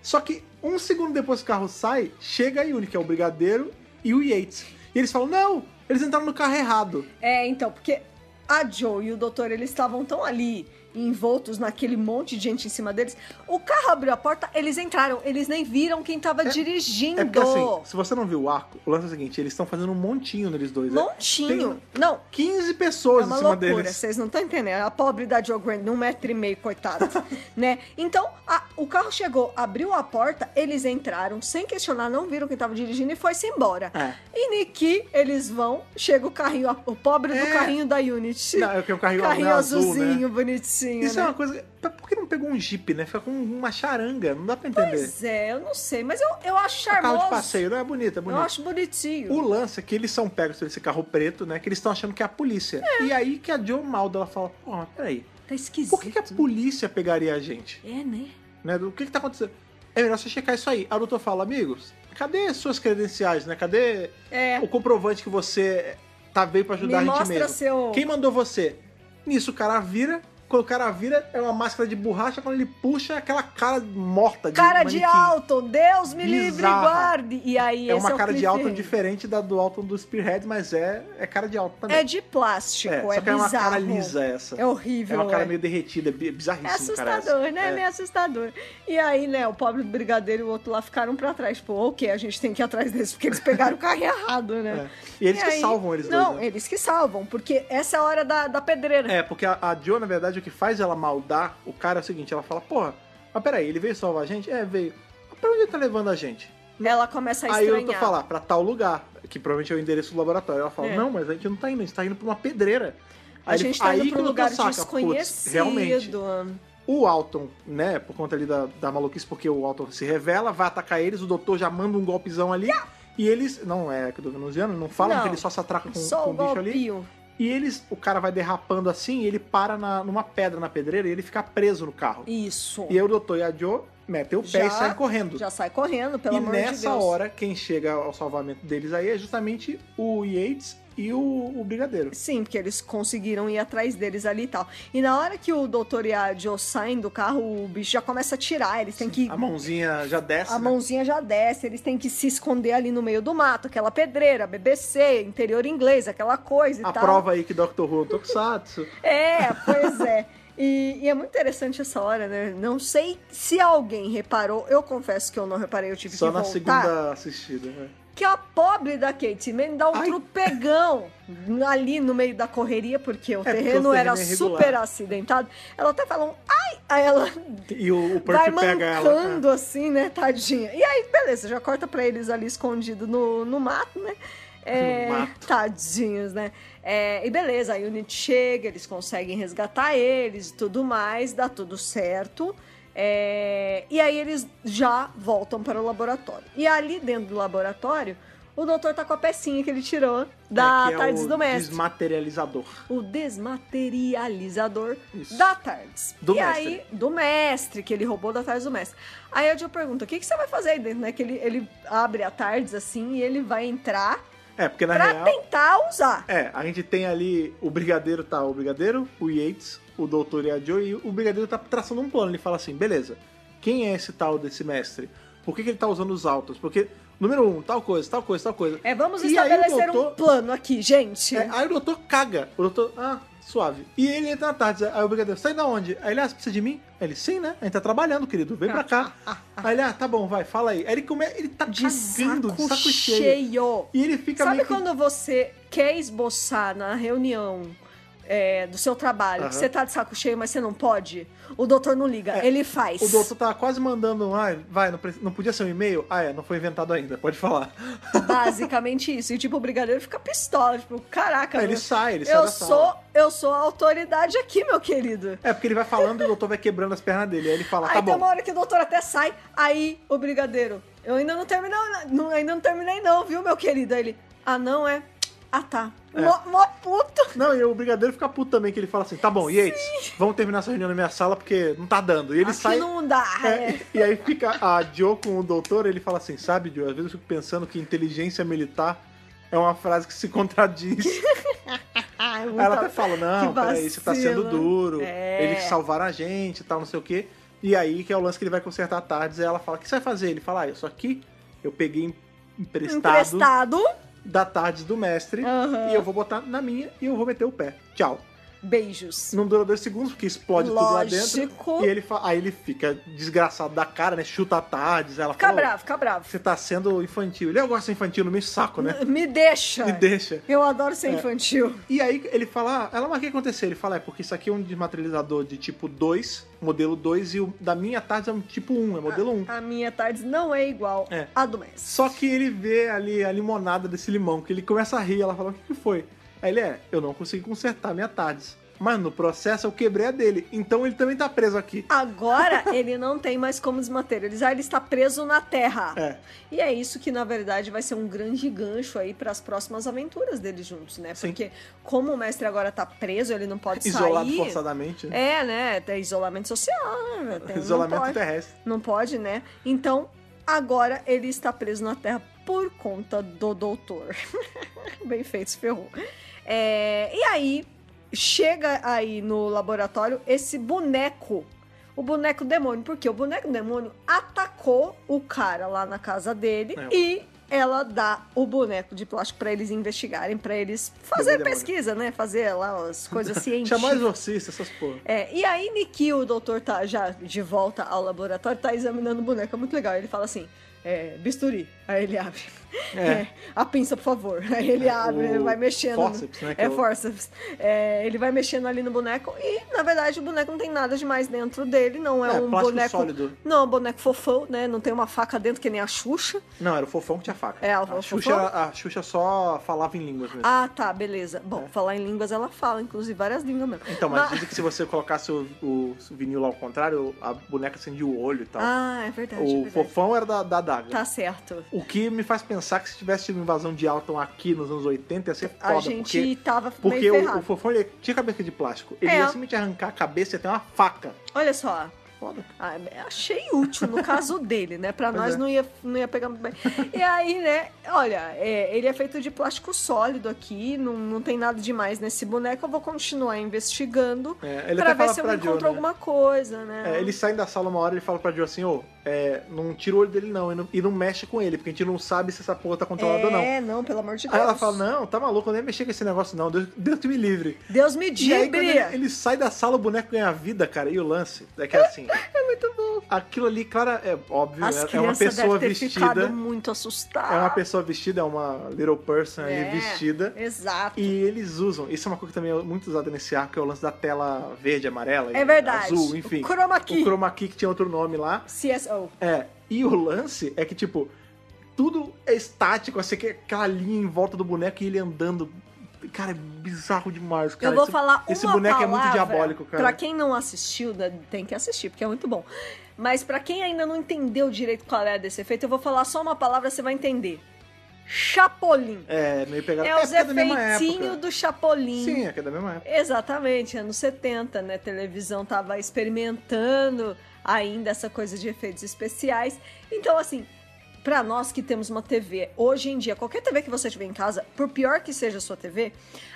Só que um segundo depois que o carro sai, chega a Unity, que é o Brigadeiro, e o Yates. E eles falam: não, eles entraram no carro errado.
É, então, porque a Joe e o doutor, eles estavam tão ali, envoltos naquele monte de gente em cima deles. O carro abriu a porta, eles entraram, eles nem viram quem tava dirigindo.
É porque assim, se você não viu o arco, o lance é o seguinte: eles estão fazendo um montinho neles dois. né?
Montinho.
Tem
Não,
15
é
pessoas
uma
em cima
loucura,
deles.
vocês não estão entendendo. A pobre da Joe Grant, um metro e meio, coitada, né? Então, a- o carro chegou, abriu a porta, eles entraram, sem questionar, não viram quem tava dirigindo e foi-se embora.
É.
E Niki, eles vão, chega o carrinho, a- o pobre do
É.
carrinho da Unity.
Não, é que é um carrinho, né, azul, né?
azulzinho, bonitinho,
Isso
né?
é uma coisa. pra- Por que não pegou um Jeep, né? Fica com uma charanga, não dá pra entender.
Pois é, eu não sei, mas eu, eu acho
É um
charmoso.
carro de passeio, não é bonito, é
eu
bonito.
acho bonitinho.
O lance é que eles são pegos por esse carro preto, né? Que eles estão achando que é a polícia. E aí que a Joe Maldo ela fala: Pô, mas peraí,
Tá esquisito.
por que, é que a polícia pegaria a gente?
É, né?
Né? O que, que tá acontecendo? É melhor você checar isso aí. A doutor fala: Amigos, cadê suas credenciais, né? Cadê
É.
o comprovante que você tá veio pra ajudar
Me
a gente
mostra
mesmo?
seu-
Quem mandou você? Nisso o cara vira. Quando o cara vira, é uma máscara de borracha. Quando ele puxa, é aquela cara morta de
Cara de
manequim.
Alton, Deus me livre e
Bizarra.
guarde. E aí,
É
esse
uma
o
cara de
cliffhanger.
Alton diferente da do Alton do Spearhead, mas é, é cara de Alton também.
É de plástico, é,
só que é uma
bizarro.
cara lisa essa.
É horrível,
É uma cara
é.
meio derretida, é bi-
É
bizarríssimo. cara, essa.
assustador, né? É
É.
meio assustador. E aí, né, o pobre do brigadeiro e o outro lá ficaram pra trás. Tipo, ok, a gente tem que ir atrás deles, porque eles pegaram o carro errado, né?
É. E eles que salvam eles
Não,
dois, né?
eles que salvam, porque essa é a hora da, da pedreira.
É, porque a, a Jo, na verdade, o que faz ela maldar o cara é o seguinte, ela fala, porra, mas peraí, ele veio salvar a gente? É, veio. Mas pra onde ele tá levando a gente?
Ela começa a
É. Aí
estranhar.
eu tô falando, pra tal lugar, que provavelmente é o endereço do laboratório. Ela fala,
É.
não, mas a gente não tá indo, a gente tá indo pra uma pedreira.
A gente tá indo pra um lugar desconhecido.
Putz, realmente, O Alton, né, por conta ali da, da maluquice, porque o Alton se revela, vai atacar eles, o doutor já manda um golpezão ali. E eles. Não é que do venusiano, não falam
Não.
que ele só se atraca com,
Só
com
o
o bicho ali.
golpinho.
E eles. O cara vai derrapando assim e ele para na- numa pedra na pedreira e ele fica preso no carro.
Isso.
E aí o doutor e a Joe metem o pé e saem correndo.
Já sai correndo, pelo
e
amor
nessa
de Deus.
hora, quem chega ao salvamento deles aí é justamente o Yates e o, o Brigadeiro.
Sim, porque eles conseguiram ir atrás deles ali e tal. E na hora que o doutor e a Joe saem do carro, o bicho já começa a tirar. Eles têm que.
A mãozinha já desce.
A
né?
mãozinha já desce, eles têm que se esconder ali no meio do mato, aquela pedreira, BBC, interior inglês, aquela coisa e
A
tal.
prova aí que Dr. Who é um tokusatsu.
É, pois é. E, e é muito interessante essa hora, né? Não sei se alguém reparou, eu confesso que eu não reparei, eu tive
Só
que
na
voltar.
segunda assistida, né?
Que a pobre da Kate Man dá um
Ai.
trupegão ali no meio da correria, porque
porque
o
o
terreno
terreno
era
é irregular.
super acidentado. Ela até fala um ai, aí ela
E o, o
vai
Percy pega ela.
mancando assim, né, tadinha. E aí, beleza, já corta pra eles ali escondido no, no mato, né? É,
No mato.
tadinhos, né? É, e beleza, a Unity chega, eles conseguem resgatar eles e tudo mais, dá tudo certo. É, e aí eles já voltam para o laboratório. E ali dentro do laboratório, o doutor tá com a pecinha que ele tirou da
que é
TARDIS
o
do mestre.
Desmaterializador.
O desmaterializador
Isso.
da TARDIS.
Do
e
mestre.
aí, do mestre, que ele roubou da TARDIS do mestre. Aí a Jill pergunta, o que, que você vai fazer aí dentro, né? Que ele, ele abre a TARDIS assim e ele vai entrar
É, porque na
pra
real.
tentar usar.
É, a gente tem ali o brigadeiro tá o brigadeiro, o Yates, o doutor e a Joe, e o brigadeiro tá traçando um plano. Ele fala assim: beleza, quem é esse tal desse mestre? Por que, que ele tá usando os autos? Porque, número um, tal coisa, tal coisa, tal coisa.
É, vamos
E aí o
estabelecer um
doutor-
plano aqui, gente.
É, aí o doutor caga. O doutor, ah, suave. E ele entra na tarde. Aí o brigadeiro, sai da onde? Aí ele, ah, você precisa de mim? Aí ele, sim, né? A gente tá trabalhando, querido. Vem pra cá. Aí ele, ah, tá bom, vai, fala aí. Aí ele come... ele tá
de
cagando,
saco,
de saco cheio.
cheio.
E ele fica
Sabe
meio que...
quando você quer esboçar na reunião é, do seu trabalho, que
Aham.
você tá de saco cheio, mas você não pode? O doutor não liga,
É,
ele faz.
O doutor tava quase mandando um, ah, vai, não, pre- não podia ser um e-mail? Ah, é, não foi inventado ainda, pode falar.
Basicamente isso. E tipo, o brigadeiro fica pistola, tipo, caraca,
Aí É, ele
mano,
sai, ele sai
eu
da sala.
sou, eu sou a autoridade aqui, meu querido.
É, porque ele vai falando e o doutor vai quebrando as pernas dele. Aí ele fala,
aí
tá
tem
bom.
uma hora que o doutor até sai, aí o brigadeiro. Eu ainda não terminei, não, ainda não terminei, não, viu, meu querido? Aí ele, ah, não, é? Ah, tá.
É.
Mó, mó puto.
Não, e o brigadeiro fica puto também, que ele fala assim, tá bom, Yates, vamos terminar essa reunião na minha sala porque não tá dando. E ele
Aqui
sai...
não dá.
É,
é.
e e aí fica a Joe com o doutor, ele fala assim, sabe, Joe, às vezes eu fico pensando que inteligência militar é uma frase que se contradiz.
Ai,
Aí ela tá
muita-
até fala, não,
que
peraí, você tá
vacilo.
sendo duro,
É.
eles salvaram a gente e tal, não sei o quê. E aí que é o lance que ele vai consertar tardes, aí ela fala, o que você vai fazer? Ele fala, ah, isso aqui eu peguei em- emprestado,
Emprestado.
da tardes do mestre
Aham.
e eu vou botar na minha e eu vou meter o pé. Tchau.
Beijos.
Não dura dois segundos, porque explode tudo lá
Lógico.
dentro. E ele fa- aí ele fica desgraçado da cara, né? Chuta a tardes, ela
Fica
fala. "Ô,
bravo, fica bravo.
Você tá sendo infantil. Ele, eu gosto de ser infantil, não me saco, né?
Me deixa.
Me deixa. É.
Eu adoro ser infantil.
E aí ele fala, ah, ela, mas o que aconteceu? Ele fala, é porque isso aqui é um desmaterializador de tipo 2, modelo 2, e o da minha tarde é um tipo 1, é modelo 1.
A minha tarde não é igual
É.
à do mestre.
Só que ele vê ali a limonada desse limão, que ele começa a rir, ela fala, o que, que foi? Aí ele, é, eu não consegui consertar a minha tardes. Mas no processo eu quebrei a dele, então ele também tá preso aqui.
Agora ele não tem mais como desmaterializar, ele está preso na Terra.
É.
E é isso que, na verdade, vai ser um grande gancho aí para as próximas aventuras deles juntos, né?
Sim.
Porque como o mestre agora tá preso, ele não pode
Isolado
sair.
forçadamente. né?
É, né? Tem isolamento social, né? Tem- não
Isolamento
pode-
terrestre.
Não pode, né? Então, agora ele está preso na Terra por conta do doutor. Bem feito, se ferrou. É, e aí, chega aí no laboratório esse boneco. O boneco demônio, porque o boneco demônio atacou o cara lá na casa dele
É.
e ela dá o boneco de plástico pra eles investigarem, pra eles fazer
demônio.
pesquisa, né? Fazer lá as coisas científicas.
Chamar exorcista, essas porra.
É, e aí Niki, o doutor tá já de volta ao laboratório, tá examinando o boneco, é muito legal. Ele fala assim, é, bisturi. Aí ele abre.
É.
É, a pinça, por favor. Aí ele abre,
o
ele vai mexendo.
forceps, né, que
É,
é o-
forceps. É, ele vai mexendo ali no boneco e, na verdade, o boneco não tem nada demais dentro dele, não é,
É,
um
plástico
boneco...
sólido.
Não, é um boneco fofão, né? Não tem uma faca dentro que nem a Xuxa.
Não, era o fofão que tinha faca.
É, o
a
fofão.
Xuxa, a Xuxa só falava em línguas mesmo.
Ah, tá, beleza. Bom, falar em línguas ela fala, inclusive várias línguas mesmo.
É. Então, mas dizem que se você colocasse o, o vinil lá ao contrário, a boneca acendia o olho e tal.
Ah, é verdade, é
então. o
verdade.
fofão era da, da daga.
Tá certo.
O que me faz pensar que se tivesse tido uma invasão de Alton aqui nos anos 80 ia ser foda.
A gente
porque
tava
porque
meio
o,
ferrado.
o fofão ele tinha cabeça de plástico. Ele
É.
ia simplesmente arrancar a cabeça e ter uma faca.
Olha só.
Foda.
Ah, achei útil no caso dele, né? Pra
Pois
nós
é.
não, ia, não ia pegar muito bem. E aí, né? Olha, é, ele é feito de plástico sólido aqui, não, não tem nada demais nesse boneco. Eu vou continuar investigando
É, ele
pra
até
ver
fala
se eu
pra
encontro
Jo, né?
alguma coisa, né?
É, ele sai da sala uma hora e ele fala pra Joe assim, ô, é, não tira o olho dele não e, não e não mexe com ele, porque a gente não sabe se essa porra tá controlada ou não.
É, não, pelo amor de Deus.
Aí ela fala, não, tá maluco, eu nem mexer com esse negócio não, Deus, Deus que me livre.
Deus me
E aí, quando
dibre!
ele, ele sai da sala, o boneco ganha vida, cara. E o lance é que assim,
É muito bom.
aquilo ali, claro, é óbvio,
As
é- é uma
crianças
pessoa
devem ter ficado
vestida.
muito assustadas.
É uma pessoa vestida, é uma little person ali
É,
vestida.
Exato.
E eles usam, isso é uma coisa que também é muito usada nesse arco, que é o lance da tela verde, amarela, e
É verdade.
azul, enfim.
O chroma key.
O chroma key que tinha outro nome lá.
CSO.
É, e o lance é que, tipo, tudo é estático, assim, que- aquela linha em volta do boneco e ele andando. Cara, é bizarro demais, cara.
eu vou
Esse-
falar
Esse
uma
boneco é
palavra,
muito diabólico, cara.
Pra quem não assistiu, né, tem que assistir, porque é muito bom. Mas pra quem ainda não entendeu direito qual é desse efeito, eu vou falar só uma palavra, você vai entender. Chapolin.
É, meio pegado.
É,
É,
os
porque é da mesma época.
efeitinhos do Chapolin.
Sim, é que é da mesma época.
Exatamente, anos 70, né? A televisão tava experimentando ainda essa coisa de efeitos especiais. Então, assim, pra nós que temos uma TV, hoje em dia, qualquer TV que você tiver em casa, por pior que seja a sua TV,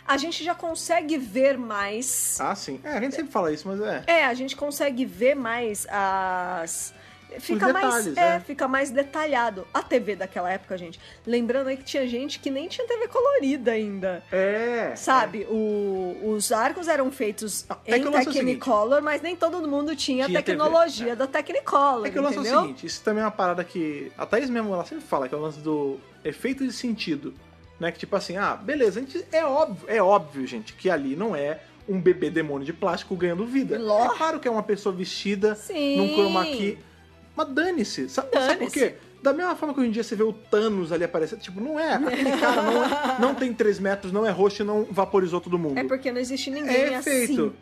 a gente já consegue ver mais.
Ah, sim. É, a gente sempre fala isso, mas é.
É, a gente consegue ver mais as. Fica mais,
detalhes,
é,
é.
fica mais detalhado a TV daquela época, gente. Lembrando aí que tinha gente que nem tinha TV colorida ainda.
É.
Sabe, o- os arcos eram feitos
é
em
que o lance é o
Technicolor, mas nem todo mundo tinha,
Tinha
a tecnologia da Technicolor,
É que o lance é
entendeu?
o seguinte, isso também é uma parada que. A Thaís mesmo ela sempre fala, que é o lance do efeito de sentido. Né? Que tipo assim, ah, beleza, a gente, é óbvio, é óbvio, gente, que ali não é um bebê demônio de plástico ganhando vida.
Lógico.
É claro que é uma pessoa vestida
Sim.
num chroma key. Mas dane-se. Sabe, sabe por
Dane-se.
quê? Da mesma forma que hoje em dia você vê o Thanos ali aparecendo, tipo, não é. Aquele cara não, é- não tem 3 metros, não é roxo e não vaporizou todo mundo.
É porque não existe ninguém
É efeito.
assim.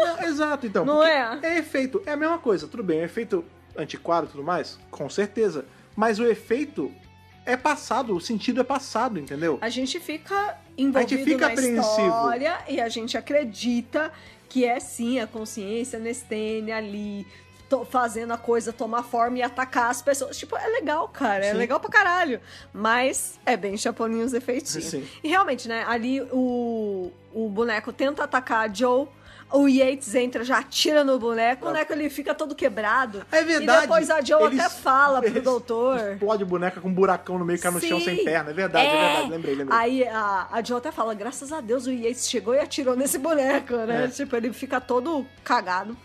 Não, exato, então.
Não
porque
é?
É efeito. É a mesma coisa, tudo bem. É efeito antiquado e tudo mais, com certeza. Mas o efeito é passado, o sentido é passado, entendeu?
A gente fica envolvido
fica
na
apreensivo.
história e a gente acredita que é sim a consciência Nestene ali to- fazendo a coisa tomar forma e atacar as pessoas. Tipo, é legal, cara. É
Sim.
legal pra caralho. Mas é bem chaponinho os efeitinhos.
Sim.
E realmente, né? Ali o, o boneco tenta atacar a Joe. O Yates entra, já atira no boneco, o boneco ele fica todo quebrado.
É verdade.
E depois a Joe
eles-
até fala pro
eles-
doutor.
Explode boneca com um buracão no meio, cai no chão
Sim.
sem perna. É verdade, é, verdade. Lembrei, lembrei.
Aí a, a Jo até fala, graças a Deus o Yates chegou e atirou nesse boneco, né?
É.
Tipo, ele fica todo cagado.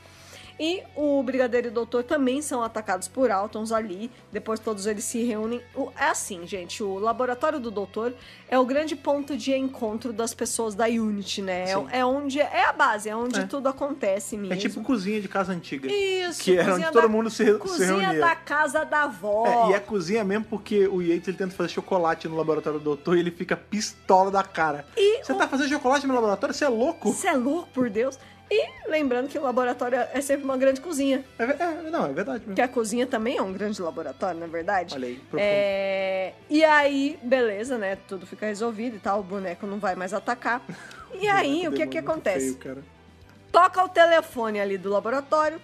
E o Brigadeiro e o Doutor também são atacados por Altons ali. Depois todos eles se reúnem. O- É assim, gente. O laboratório do Doutor é o grande ponto de encontro das pessoas da Unity, né?
Sim.
É, é onde é a base, é onde
É.
tudo acontece mesmo.
É tipo cozinha de casa antiga.
isso,
que era
cozinha
onde
da-
todo mundo se, se
Cozinha
reunia.
da casa da avó.
É, e é cozinha mesmo porque o Yates ele tenta fazer chocolate no laboratório do doutor e ele fica pistola da cara.
E
Você
o-
tá fazendo chocolate no laboratório? Você é louco?
Você é louco, por Deus. E lembrando que o laboratório é sempre uma grande cozinha.
É, ve- é, não, é verdade mesmo.
Que a cozinha também é um grande laboratório, na verdade.
Olha aí, profundo.
É, e aí, beleza, né? Tudo fica resolvido e tal. O boneco não vai mais atacar. E aí, o que é que
Demônio muito
acontece?
feio, cara.
Toca o telefone ali do laboratório.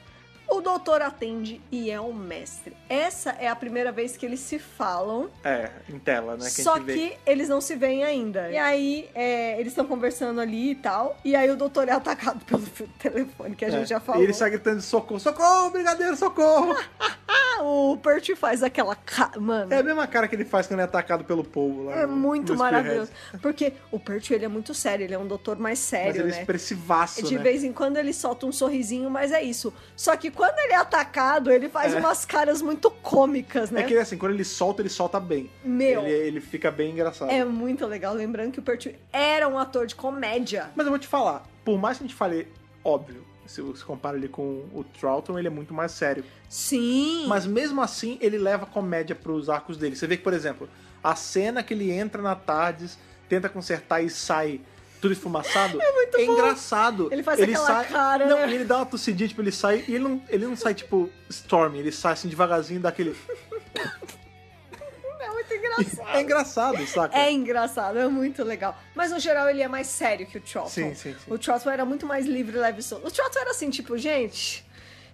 O doutor atende e é o mestre. Essa é a primeira vez que eles se falam.
É, em tela, né? Que a
Só
gente vê.
que eles não se veem ainda. E aí, é, eles estão conversando ali e tal. E aí, o doutor é atacado pelo telefone, que a
É.
gente já falou.
E ele sai gritando de socorro, socorro, brigadeiro, socorro!
Ah, o Percy faz aquela. Ca... Mano,
é a mesma cara que ele faz quando é atacado pelo povo lá.
é
no-
muito
no
maravilhoso.
Spearhead.
Porque o Percy, ele é muito sério, ele é um doutor mais
Mas
sério,
ele é
né?
expressivaço,
De
né?
vez em quando ele solta um sorrisinho, mas é isso. Só que quando ele é atacado, ele faz umas caras muito cômicas, né?
É que ele, assim, quando ele solta, ele solta bem.
Meu.
Ele, ele fica bem engraçado.
É muito legal, lembrando que o Percy era um ator de comédia.
Mas eu vou te falar, por mais que a gente fale, óbvio, se você compara ele com o Troughton, ele é muito mais sério.
Sim.
Mas mesmo assim, ele leva comédia pros arcos dele. Você vê que, por exemplo, a cena que ele entra na Tardes, tenta consertar e sai tudo esfumaçado, é, muito engraçado.
Ele faz aquela cara,
Não,
né?
e ele dá uma tossidinha, tipo, ele sai, e ele não, ele não sai, tipo, Storm, ele sai assim devagarzinho, dá aquele...
é muito engraçado.
É engraçado, saca?
É engraçado, é muito legal. Mas no geral ele é mais sério que o Trotton.
Sim, sim, sim.
O Trotton era muito mais livre, leve e solto. O Trotton era assim, tipo, gente,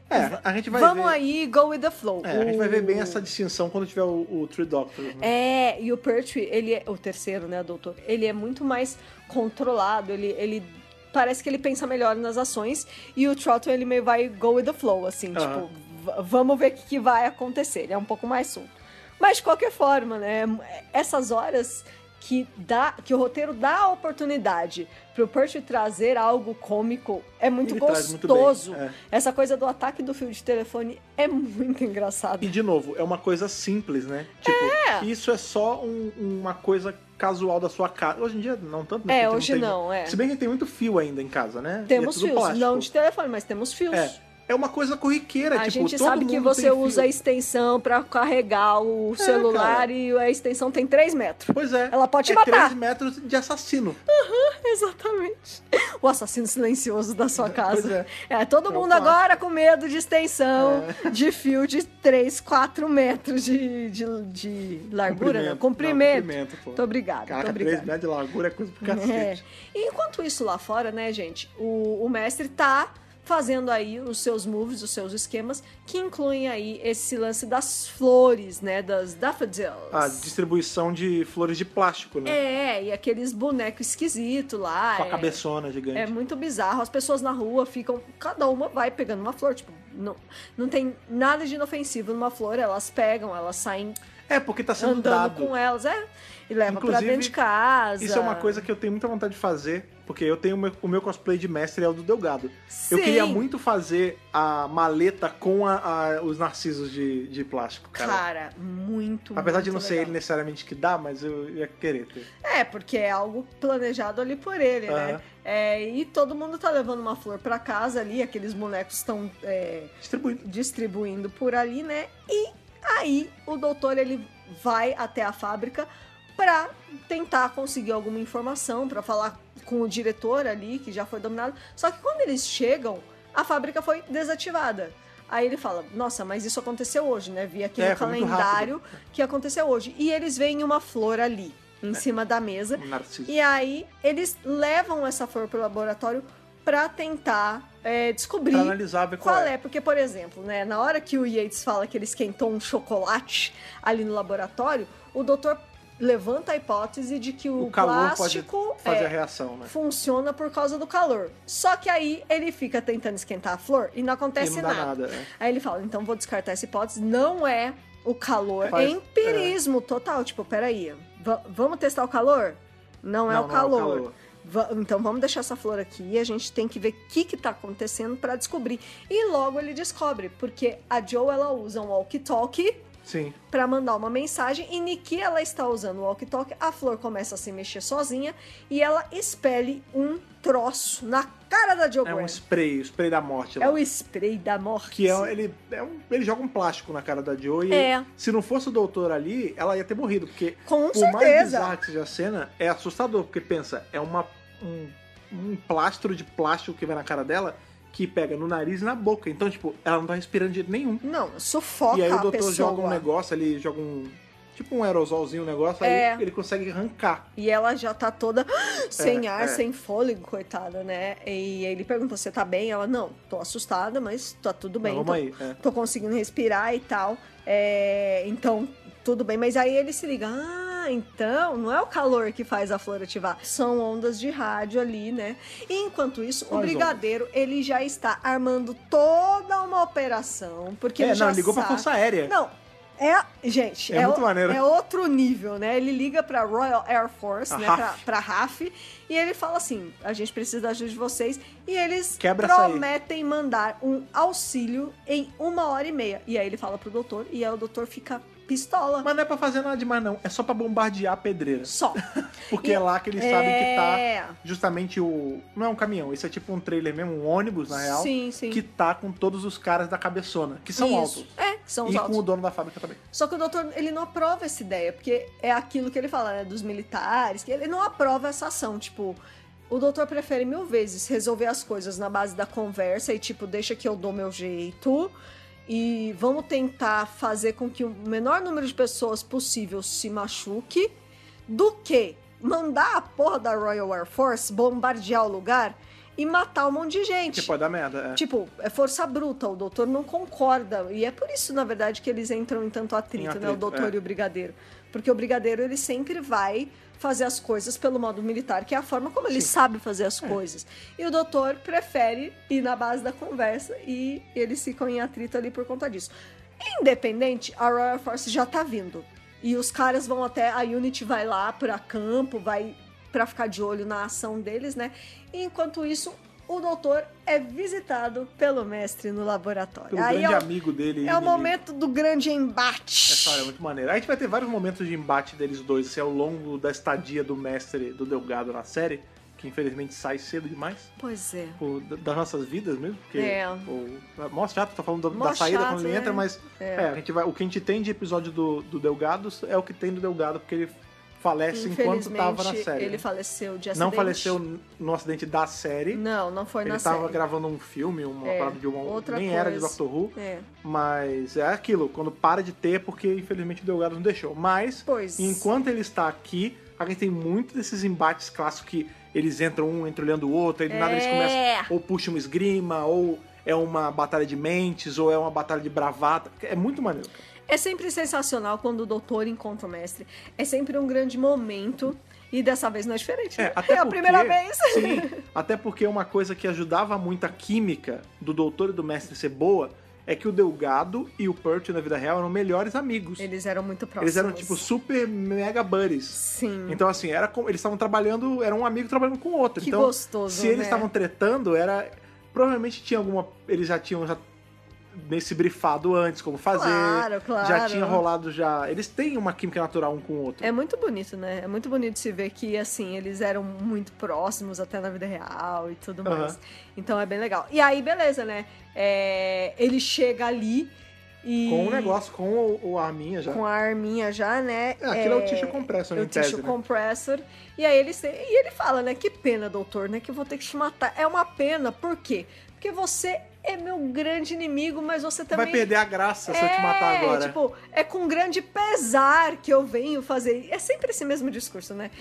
É, a gente vai
vamos
ver...
aí, go with the flow.
É, a gente vai ver bem
O-
essa distinção quando tiver o, o Three Doctors. Né?
É, e o Pertwee, ele é o terceiro, né, doutor? Ele é muito mais controlado, ele, ele parece que ele pensa melhor nas ações e o Trotton ele meio vai go with the flow, assim,
Aham.
tipo, v- vamos ver o que, que vai acontecer. Ele é um pouco mais solto. Mas de qualquer forma, né, essas horas que dá que o roteiro dá a oportunidade pro Pertwee trazer algo cômico é muito
Ele traz muito bem,
gostoso.
é.
Essa coisa do ataque do fio de telefone é muito engraçada.
E de novo, é uma coisa simples, né? Tipo, isso é só um- uma coisa casual da sua casa. Hoje em dia não tanto, né?
É,
Porque a
hoje
gente tem-
não, é.
Se bem que tem muito fio ainda em casa, né? E é
Temos
tudo
fios,
plástico.
não de telefone, mas temos fios.
É. é uma coisa corriqueira.
A
tipo,
gente
todo
sabe que
mundo
você
tem
usa a
fio. É,
extensão pra carregar o celular
cara.
e a extensão tem 3 metros.
Pois é.
Ela pode te
é
matar.
13 metros de assassino.
Exatamente. O assassino silencioso da sua
Pois
casa.
é.
É, todo
É o
mundo
clássico. É.
agora com medo de extensão, de fio de 3, 4 metros de, de, de largura.
Comprimento.
né?
Não,
Comprimento.
comprimento, pô.
Muito obrigado.
Caraca,
muito
3
obrigado.
metros de largura é coisa pro
É.
cacete.
E Enquanto isso lá fora, né, gente, o, o mestre tá fazendo aí os seus moves, os seus esquemas, que incluem aí esse lance das flores, né, das daffodils.
A distribuição Ah, de flores de plástico, né?
É, e aqueles bonecos esquisitos lá.
Com a
é,
cabeçona gigante.
É muito bizarro. As pessoas na rua ficam. Cada uma vai pegando uma flor. Tipo, não, não tem nada de inofensivo numa flor. Elas pegam, elas saem
É, porque tá sendo
andando
dado.
com elas. É. E levam pra
Inclusive,
dentro de casa.
Isso é uma coisa que eu tenho muita vontade de fazer, porque eu tenho o meu, o meu cosplay de mestre é o do Delgado. Eu
Sim.
queria muito fazer a maleta com a- a- os narcisos de, de plástico, cara.
Cara, muito.
Apesar de não
muito
ser ele né?
legal.
necessariamente que dá, mas eu ia querer ter.
É, porque é algo planejado ali por ele, né?
Aham.
É, e todo mundo tá levando uma flor pra casa ali, aqueles bonecos estão é,
Distribuindo.
distribuindo por ali, né? E aí o doutor ele vai até a fábrica pra tentar conseguir alguma informação, pra falar com o diretor ali, que já foi dominado. Só que quando eles chegam, a fábrica foi desativada. Aí ele fala: Nossa, mas isso aconteceu hoje, né? Vi aqui
É,
no
foi muito
calendário que aconteceu hoje. E eles veem uma flor ali, em cima da mesa.
É. Um narciso.
E aí eles levam essa flor pro laboratório pra tentar é, descobrir
Pra analisar, ver qual,
qual é? Porque, por exemplo, né, na hora que o Yates fala que ele esquentou um chocolate ali no laboratório, o doutor levanta a hipótese de que o,
O calor pode
plástico
fazer
é,
a reação, né?
funciona por causa do calor. Só que aí ele fica tentando esquentar a flor e não
E
acontece
não dá nada. né?
Aí ele fala, então vou descartar essa hipótese, não é o calor,
Faz-
é empirismo total. Tipo, peraí, va- vamos testar o calor? Não, é,
Não, não é o
o calor.
calor.
Va- Então vamos deixar essa flor aqui e a gente tem que ver o que, que tá acontecendo pra descobrir. E logo ele descobre, porque a Joe ela usa um walkie-talkie
Sim.
pra mandar uma mensagem e Niki ela está usando o walkie-talkie, a flor começa a se mexer sozinha e ela expele um troço na cara da Joe
É um
Graham.
spray, o spray da morte.
É
lá.
o spray da morte.
Que é, ele, é um- ele joga um plástico na cara da Joe e
É.
se não fosse o doutor ali, ela ia ter morrido. Porque
Com
por mais
certeza.
bizarra que seja a cena, é assustador, porque pensa, é uma, um, um plastro de plástico que vai na cara dela que pega no nariz e na boca. Então, tipo, ela não tá respirando de jeito nenhum.
Não, sufoca
e aí o
a
doutor
pessoa.
joga um negócio ali, joga um. Tipo um aerosolzinho, um negócio, aí
É.
ele consegue arrancar.
E ela já tá toda sem
É,
ar,
é.
sem fôlego, coitada, né? E ele pergunta: Você tá bem? Ela, não, tô assustada, mas tá tudo bem.
Não,
tô,
vamos aí, é.
tô conseguindo respirar e tal. É, então, tudo bem. Mas aí ele se liga: Ah, então não é o calor que faz a flor ativar. São ondas de rádio ali, né? E enquanto isso, o
Quais
brigadeiro, ele já está armando toda uma operação. Porque
é,
ele
não,
já
ligou pra
sabe-
Força Aérea.
não, é. Gente,
É muito
o-
maneiro.
é outro nível, né? Ele liga pra Royal Air Force,
A
né?
RAF.
Pra, pra RAF, e ele fala assim: a gente precisa da ajuda de vocês. E eles
Quebra essa aí.
prometem mandar um auxílio em uma hora e meia. E aí ele fala pro doutor, e aí o doutor fica pistola.
Mas não é pra fazer nada demais, não. É só pra bombardear a pedreira.
Só.
Porque
E-
é lá que eles sabem que
É.
tá justamente o. Não é um caminhão, isso é tipo um trailer mesmo, um ônibus, na real.
Sim, sim.
Que tá com todos os caras da cabeçona, que são
Isso.
altos.
É, que são os
e
altos.
com o dono da fábrica também.
Só que o doutor, ele não aprova essa ideia, porque é aquilo que ele fala, né, dos militares, que ele não aprova essa ação, tipo, o doutor prefere mil vezes resolver as coisas na base da conversa e, tipo, deixa que eu dou meu jeito e vamos tentar fazer com que o menor número de pessoas possível se machuque do que mandar a porra da Royal Air Force bombardear o lugar e matar um monte de gente.
Que pode dar merda. É.
Tipo, é força bruta, o doutor não concorda. E é por isso, na verdade, que eles entram em tanto atrito,
Em
né? O
atrito,
doutor
é.
e o brigadeiro. Porque o brigadeiro, ele sempre vai fazer as coisas pelo modo militar, que é a forma como ele sabe fazer
É.
as coisas. E o doutor prefere ir na base da conversa e eles ficam em atrito ali por conta disso. Independente, a Royal Force já tá vindo. E os caras vão até. A Unity vai lá pra campo, vai pra ficar de olho na ação deles, né? E enquanto isso, o doutor é visitado pelo mestre no laboratório.
Pelo
Aí
Um grande
é o,
amigo dele. e
é o
inimigo.
momento do grande embate.
Essa hora é muito maneira. A gente vai ter vários momentos de embate deles dois, assim, ao longo da estadia do mestre do Delgado na série. Que que infelizmente sai cedo demais
Pois é.
tipo, da- das nossas vidas mesmo, porque
É.
o, mó chato tá falando da,
Mó
da saída
chato,
quando ele
é.
entra, mas
É.
é, a gente vai, o que a gente tem de episódio do, do Delgado é o que tem do Delgado, porque ele falece enquanto tava na
Infelizmente,
série.
ele
né?
faleceu de acidente.
Não faleceu no acidente da série.
Não, não foi
ele
na
tava
série.
gravando um filme, uma
É,
parada de uma.
outra
nem era de
coisa.
Doctor Who.
É.
Mas é aquilo, quando para de ter, é porque infelizmente o Delgado não deixou. Mas,
Pois.
enquanto ele está aqui, a gente tem muito desses embates clássicos que eles entram um entreolhando o outro, aí do nada eles
É.
começam. Ou puxa uma esgrima, ou é uma batalha de mentes, ou é uma batalha de bravata. É muito maneiro. cara.
É sempre sensacional quando o doutor encontra o mestre. É sempre um grande momento. E dessa vez não é diferente. né?
É, até
a
porque-
primeira vez.
Sim, até porque uma coisa que ajudava muito a química do doutor e do mestre ser boa é que o Delgado e o Perch na vida real eram melhores amigos.
Eles eram muito próximos.
Eles eram, tipo, super mega buddies.
Sim.
Então, assim, era como, eles estavam trabalhando, era um amigo trabalhando com o outro.
Que
então,
gostoso,
se eles
né?
estavam tretando, era. Provavelmente tinha alguma. Eles já tinham já nesse brifado antes como fazer.
Claro, claro.
Já tinha rolado já. Eles têm uma química natural um com o outro.
É muito bonito, né? É muito bonito se ver que, assim, eles eram muito próximos até na vida real e tudo
Aham.
mais. Então é bem legal. E aí, beleza, né? É, ele chega ali e.
Com o negócio, com o, o arminha já.
Com a arminha já, né?
É, aquilo é, o tissue compressor,
É
em
o
tese,
tissue
né?
compressor. E aí ele, se- e ele fala, né? Que pena, doutor, né? Que eu vou ter que te matar. É uma pena, por quê? Porque você é meu grande inimigo, mas você também.
Vai perder a graça se eu te matar agora.
Tipo, é com grande pesar que eu venho fazer. É sempre esse mesmo discurso, né?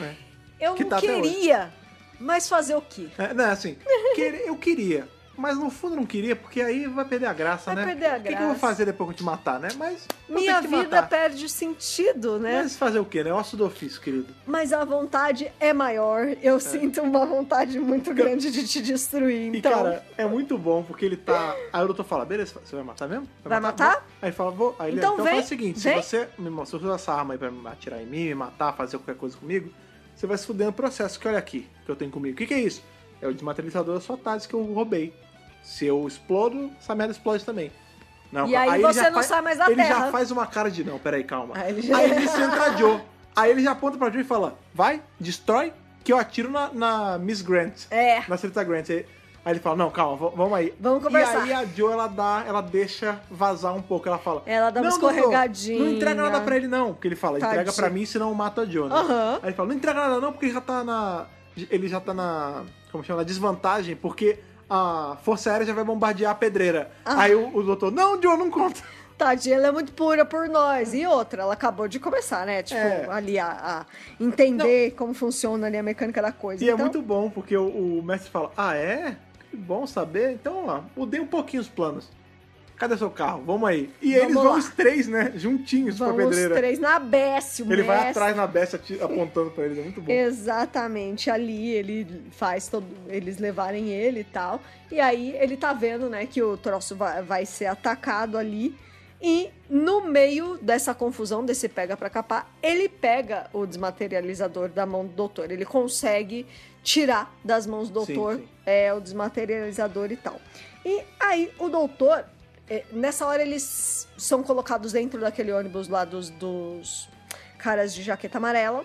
Eu
Que
não
tá até
queria, mas fazer o quê?
É, não, assim, quer- eu queria. Mas no fundo eu não queria, porque aí vai perder a graça,
Vai
né?
perder a
O que, que eu vou
graça.
fazer depois que eu te matar, né? Mas. vou ter
Minha
que te
vida
matar.
perde sentido, né?
Mas fazer o quê, né? Osso do ofício, querido.
Mas a vontade é maior. Eu sinto uma vontade muito grande de te destruir.
Então, E,
Então,
cara, é muito bom, porque ele tá... Aí o doutor fala, beleza, você vai matar mesmo?
Vai matar?
Aí ele fala, vou... Aí ele,
Então
então
vem,
faz o seguinte,
vem.
se você me mostra usar essa arma aí pra me atirar em mim, me matar, fazer qualquer coisa comigo, você vai se fuder no processo, que olha aqui, que eu tenho comigo. O que que é isso? É o desmaterializador da sua TARDIS que eu roubei. Se eu explodo, essa merda explode também. Não,
E aí
ele
você
já
não
faz-
sai mais da
ele
Terra.
já faz uma cara de, não, peraí, calma.
Aí ele já- é.
Aí ele se entradiou. Aí ele já aponta pra Joe e fala, vai, destrói, que eu atiro na, na Miss Grant.
É.
Na Celita Grant. Aí aí ele fala, não, calma, v- vamos aí.
Vamos conversar.
E aí a Jo, ela dá, ela deixa vazar um pouco. Ela fala...
Ela dá uma
"Não, doutor,
escorregadinha."
Não entrega nada pra ele, não. Porque ele fala, entrega
Tadinho.
pra mim, senão eu mato a Jo, né?
Aham.
Aí ele fala, não entrega nada não, porque ele já tá na... Ele já tá na... Como chama? Na desvantagem, porque... A Força Aérea já vai bombardear a pedreira.
Ah.
Aí o, o doutor, não, Joe, não conta.
tadinha, ela é muito pura por nós. E outra, ela acabou de começar, né? Tipo,
É.
ali a, a entender como funciona ali a mecânica da coisa.
E é
Então,
muito bom, porque o, o mestre fala: Ah, é? Que bom saber. Então, ó, mudei um pouquinho os planos. Cadê seu carro? Vamos aí. E
Vamos
eles vão
lá.
os três, né? Juntinhos
vão
pra
os
pedreira.
três na Bessie, o
Ele vai
mestre.
atrás na besta ati- apontando pra eles. É muito bom.
Exatamente, ali ele faz todo, eles levarem ele e tal. E aí ele tá vendo, né, que o troço vai, vai ser atacado ali. E no meio dessa confusão, desse pega pra capar, ele pega o desmaterializador da mão do doutor. Ele consegue tirar das mãos do
Sim,
doutor
sim.
é, o desmaterializador e tal. E aí o doutor, é, nessa hora eles são colocados dentro daquele ônibus lá dos, dos caras de jaqueta amarela.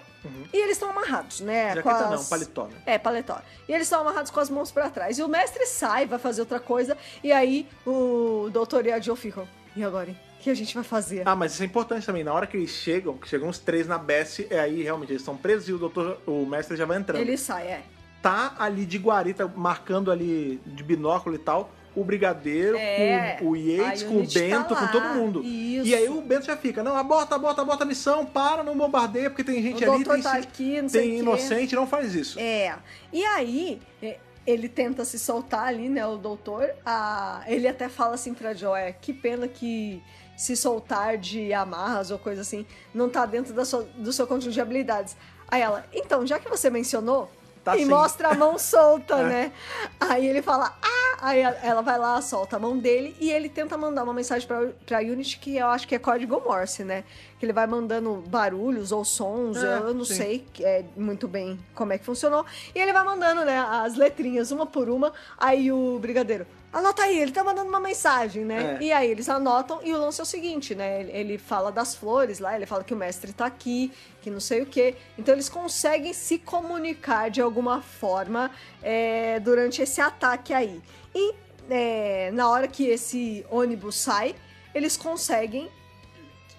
E eles estão amarrados, né?
Uhum. Jaqueta
com as-
não, paletó, né?
É, paletó. E eles estão amarrados com as mãos pra trás. E o mestre sai, vai fazer outra coisa. E aí o doutor e a Jill ficam. E agora? hein? O que a gente vai fazer?
Ah, mas isso é importante também. Na hora que eles chegam, que chegam os três na Bessie, é aí realmente eles estão presos e o doutor, o mestre já vai entrando.
Ele sai, é.
tá ali de guarita, marcando ali de binóculo e tal, o Brigadeiro,
É,
com o Yates,
a
com o
Unity tá
Bento,
lá,
com todo mundo.
isso.
E aí o Bento já fica, não, aborta, aborta, aborta a missão, para, não bombardeia, porque tem gente
O
ali,
doutor
tem,
tá
ci-
aqui, não sei o
tem
quê.
inocente, não faz isso.
É. E aí, é, ele tenta se soltar ali, né? O doutor. A... Ele até fala assim pra Jo, é que pena que se soltar de amarras ou coisa assim não tá dentro da sua- do seu conjunto de habilidades. Aí ela, então, já que você mencionou.
Tá
e
sim. É.
mostra a mão solta, né? Aí ele fala, ah! Aí ela- ela vai lá, solta a mão dele e ele tenta mandar uma mensagem pra, pra Unity, que eu acho que é código Morse, né? Que ele vai mandando barulhos ou sons,
É,
eu não
sim.
sei sei é, muito bem como é que funcionou. E ele vai mandando, né, as letrinhas uma por uma. Aí o brigadeiro, Anota aí, ele tá mandando uma mensagem, né?
É.
E aí eles anotam e o lance é o seguinte, né? Ele- Ele fala das flores lá, ele fala que o mestre tá aqui, que não sei o quê. Então eles conseguem se comunicar de alguma forma é, durante esse ataque aí. E é, na hora que esse ônibus sai, eles conseguem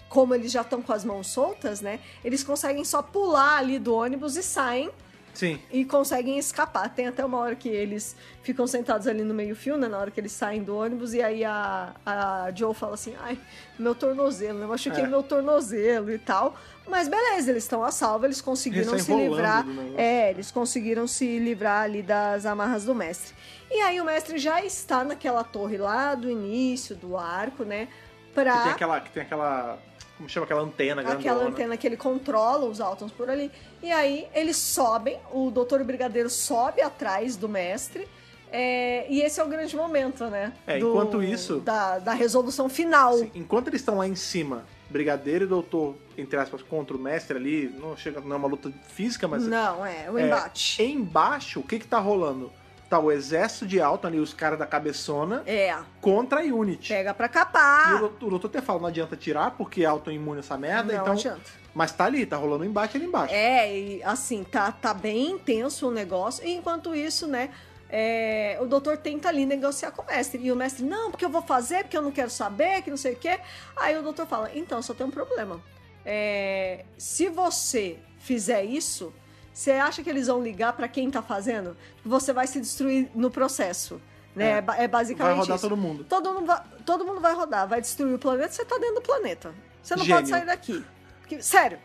como eles já estão com as mãos soltas, né? Eles conseguem só pular ali do ônibus e saem
Sim.
e conseguem escapar. Tem até uma hora que eles ficam sentados ali no meio-fio, né? Na hora que eles saem do ônibus, e aí a, a Joe fala assim: ai, meu tornozelo, né? eu machuquei
É.
meu tornozelo e tal. Mas beleza, eles estão a salvo, eles conseguiram
Eles
se
saem rolando
livrar.
do negócio.
É, eles conseguiram se livrar ali das amarras do mestre. E aí o mestre já está naquela torre lá do início do arco, né? Pra
Que tem aquela. Que tem aquela. Como chama aquela antena grandona?
aquela antena que ele controla os Altons por ali. E aí eles sobem, o Doutor Brigadeiro sobe atrás do mestre. é, e esse é o grande momento, né?
É,
do-
enquanto isso-
Da, da resolução final.
Assim, enquanto eles estão lá em cima, Brigadeiro e Doutor, entre aspas, contra o mestre ali, não chega. Não é uma luta física, mas.
Não, é, o
é,
embate.
embaixo, o que que tá rolando? Tá o exército de Alton ali, os caras da cabeçona,
É,
contra a Unity.
pega pra
E
capar.
o Lu- o Luto até fala, não adianta tirar, porque Alton é imune a essa merda,
não
então.
adianta.
Mas tá ali, tá rolando um embate ali embaixo.
É, e assim, tá, tá bem intenso o negócio. E enquanto isso, né? é, o doutor tenta ali negociar com o mestre. E o mestre, não, porque eu vou fazer, porque eu não quero saber, que não sei o quê. Aí o doutor fala: então, só tem um problema. É, se você fizer isso, você acha que eles vão ligar pra quem tá fazendo? Você vai se destruir no processo. Né?
É.
É, ba- é basicamente
Vai rodar
isso.
todo mundo.
Todo mundo, vai, todo mundo vai rodar, vai destruir o planeta, você tá dentro do planeta. Você não
Gênio.
pode sair daqui. Porque- sério.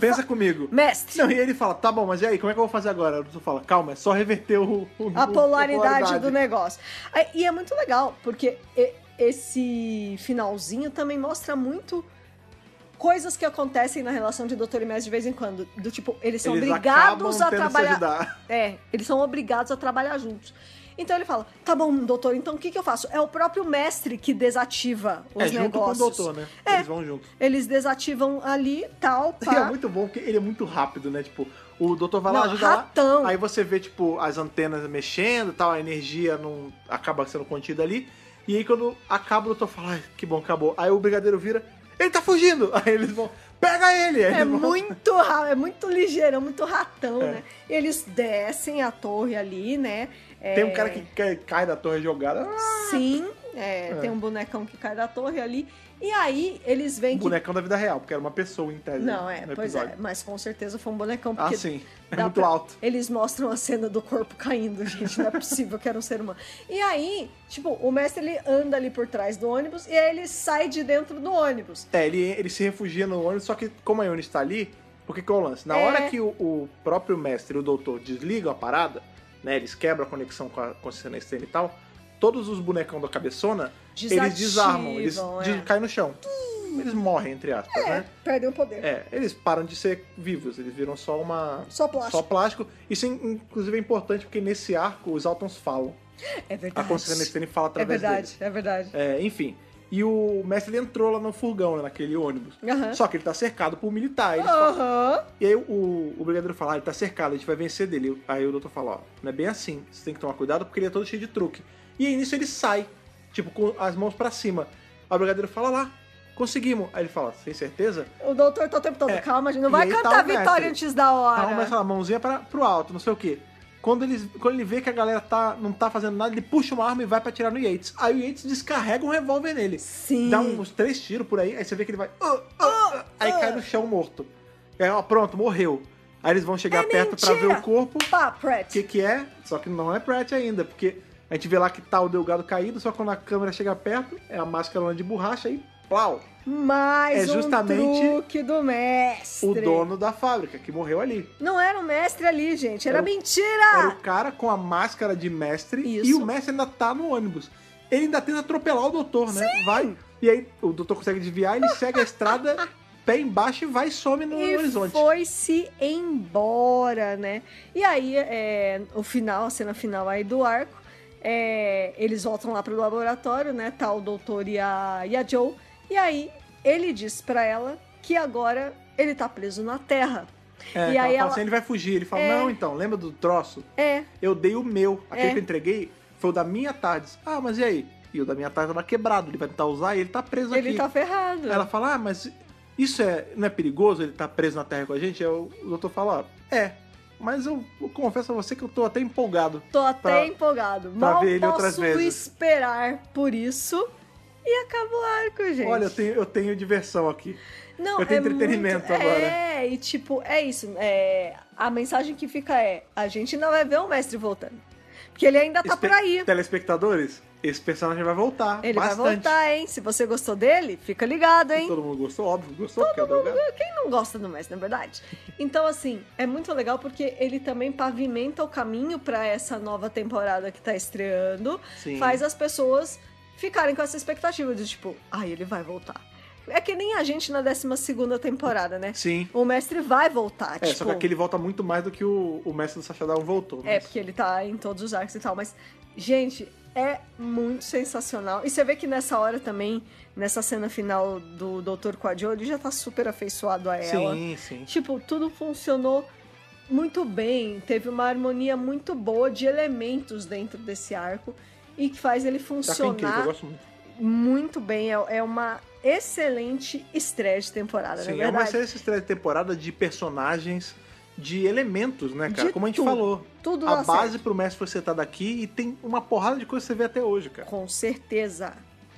Pensa comigo.
Mestre.
Não, e ele fala, tá bom, mas e aí, como é que eu vou fazer agora? O Luto fala, calma, é só reverter o. o-
a
o-
polaridade do negócio. Aí- E é muito legal, porque e- esse finalzinho também mostra muito coisas que acontecem na relação de doutor e mestre de vez em quando. Do tipo, eles são
Eles
obrigados
acabam
a
tendo que se
trabalhar.
ajudar.
É, eles são obrigados a trabalhar juntos. Então ele fala: tá bom, doutor, então o que, que eu faço? É o próprio mestre que desativa os
É,
negócios.
junto com o doutor, né?
É.
Eles vão junto.
Eles desativam ali, tal, pá.
E é muito bom porque ele é muito rápido, né? Tipo, o doutor vai lá
Não,
ajudar.
ratão.
Lá, aí você vê, tipo, as antenas mexendo e tal, a energia não acaba sendo contida ali. E aí quando acaba, o doutor fala, ai, que bom, acabou. Aí o brigadeiro vira, ele tá fugindo! Aí eles vão, pega ele! Aí
É
eles vão-
muito, ra- é muito ligeirão, muito ratão,
É.
né? Eles descem a torre ali, né? É,
Tem um cara que cai, cai da torre jogada, ah,
Sim, é, tem um bonecão que cai da torre ali. E aí eles veem
um
que.
bonecão da vida real, porque era uma pessoa em tese.
Não, é,
né? no
pois é,
episódio.
mas com certeza foi um bonecão.
Ah,
Porque
sim. É
dá
muito
pra-
alto.
Eles mostram a cena do corpo caindo, gente. Não é possível que era um ser humano. E aí, tipo, o mestre ele anda ali por trás do ônibus e aí ele sai de dentro do ônibus.
É, ele, ele se refugia no ônibus, só que como a Yoni tá ali, porque que é o lance? Na
É.
hora que o, o próprio mestre e o doutor desligam a parada, né, eles quebram a conexão com a, com a Sinestena e tal, todos os bonecão da cabeçona, eles desarmam, eles
Desativam,
de-
é.
caem no chão. Eles morrem, entre aspas, né?
Perdem o poder.
É, eles param de ser vivos, eles viram só uma...
Só plástico.
Só plástico. Isso, in- inclusive, é importante porque nesse arco os Altons falam.
É
A
verdade.
consciência Nestene fala
É
através
verdade,
deles.
é verdade.
É, enfim. E o mestre ele entrou lá no furgão, né, naquele ônibus.
Aham.
Só que ele tá cercado por militares.
Aham.
E aí o, o brigadeiro fala, ah, ele tá cercado, a gente vai vencer dele. Aí o doutor fala, ó, não é bem assim. Você tem que tomar cuidado porque ele é todo cheio de truque. E aí nisso ele sai, tipo, com as mãos pra cima. Aí o brigadeiro fala lá, conseguimos. Aí ele fala, tem certeza?
O doutor tá o tempo todo,
É.
calma, gente. Não
E
vai
aí tá
cantar
o mestre. Tá um
vitória antes da hora.
Aí começa lá, mãozinha pra, pro alto, não sei o quê. Quando ele, quando ele vê que a galera tá, não tá fazendo nada, ele puxa uma arma e vai pra atirar no Yates. Aí o Yates descarrega um revólver nele.
Sim.
Dá um uns três tiros por aí, aí você vê que ele vai. "Ah, ah, ah", aí cai no chão morto. É, ó, pronto, morreu. Aí eles vão chegar
É
perto pra
mentira.
ver o corpo.
Pá,
O
Pratt.
que, que é? Só que não é Pratt ainda, porque a gente vê lá que tá o Delgado caído, só que quando a câmera chega perto, é a máscara de borracha e plau!
Mais
É
um
justamente
truque do mestre.
O dono da fábrica, que morreu ali.
Não era o mestre ali, gente. Era,
Era o-
mentira.
Era o cara com a máscara de mestre
Ah! Isso.
e o mestre ainda tá no ônibus. Ele ainda tenta atropelar o doutor, né? Vai. E aí o doutor consegue desviar, ele segue a estrada, pé embaixo e vai e some no
E
um horizonte.
foi-se embora, né? E aí, é, o final, a cena final aí do arco, é, eles voltam lá pro laboratório, né? Tá o doutor e a, e a Joe. E aí, ele diz pra ela que agora ele tá preso na Terra.
É,
e
ela
aí
fala
ela...
assim, ele vai fugir. Ele fala,
É.
não, então, lembra do troço?
É,
Eu dei o meu. Aquele
É.
que eu entreguei Foi o da minha tarde. Ah, mas e aí? E o da minha tarde tava quebrado, ele vai tentar usar e ele tá preso
Ele
aqui.
tá ferrado.
Ela fala, ah, mas isso é, não é perigoso? Ele tá preso na terra com a gente? Aí o doutor fala, ó, é. Mas eu, eu confesso a você que eu tô até empolgado.
Tô até
pra-
empolgado.
pra
Mal
ver ele
posso
outras vezes.
esperar por isso. E acaba o arco, gente.
Olha, eu tenho, eu tenho diversão aqui.
Não,
eu tenho
é
entretenimento
muito-
agora.
É, e tipo, é isso. É, a mensagem que fica é: a gente não vai ver o mestre voltando. Porque ele ainda tá
Espe-
por aí.
Telespectadores, esse personagem vai voltar.
Ele
bastante.
vai voltar, hein? Se você gostou dele, fica ligado, hein?
Todo mundo gostou, óbvio, gostou, porque é
Todo
drogado.
mundo- Quem não gosta do Mestre, na verdade? Então, assim, é muito legal porque ele também pavimenta o caminho pra essa nova temporada que tá estreando.
Sim.
Faz as pessoas ficarem com essa expectativa de tipo, ai, ele vai voltar. É que nem a gente na 12 temporada, né?
Sim.
O mestre vai voltar.
É,
tipo,
só que aquele volta muito mais do que o, o mestre do Sacha Down voltou. né?
É,
mas-
porque ele tá em todos os arcos e tal, mas, gente, é muito sensacional. E você vê que nessa hora também, nessa cena final do Dr. Quadio, ele já tá super afeiçoado a ela.
Sim, sim.
Tipo, tudo funcionou muito bem, teve uma harmonia muito boa de elementos dentro desse arco e que faz ele
Tá com incrível, eu
funcionar
gosto muito.
muito bem. É, é uma excelente estreia de temporada,
Sim,
não é
é uma
verdade?
série estreia de temporada de personagens, de elementos, né, cara?
De
Como a gente
tudo.
falou.
Tudo
a
dá
base pro mestre foi setada aqui e tem uma porrada de coisa que você vê até hoje, cara.
certo. Com certeza.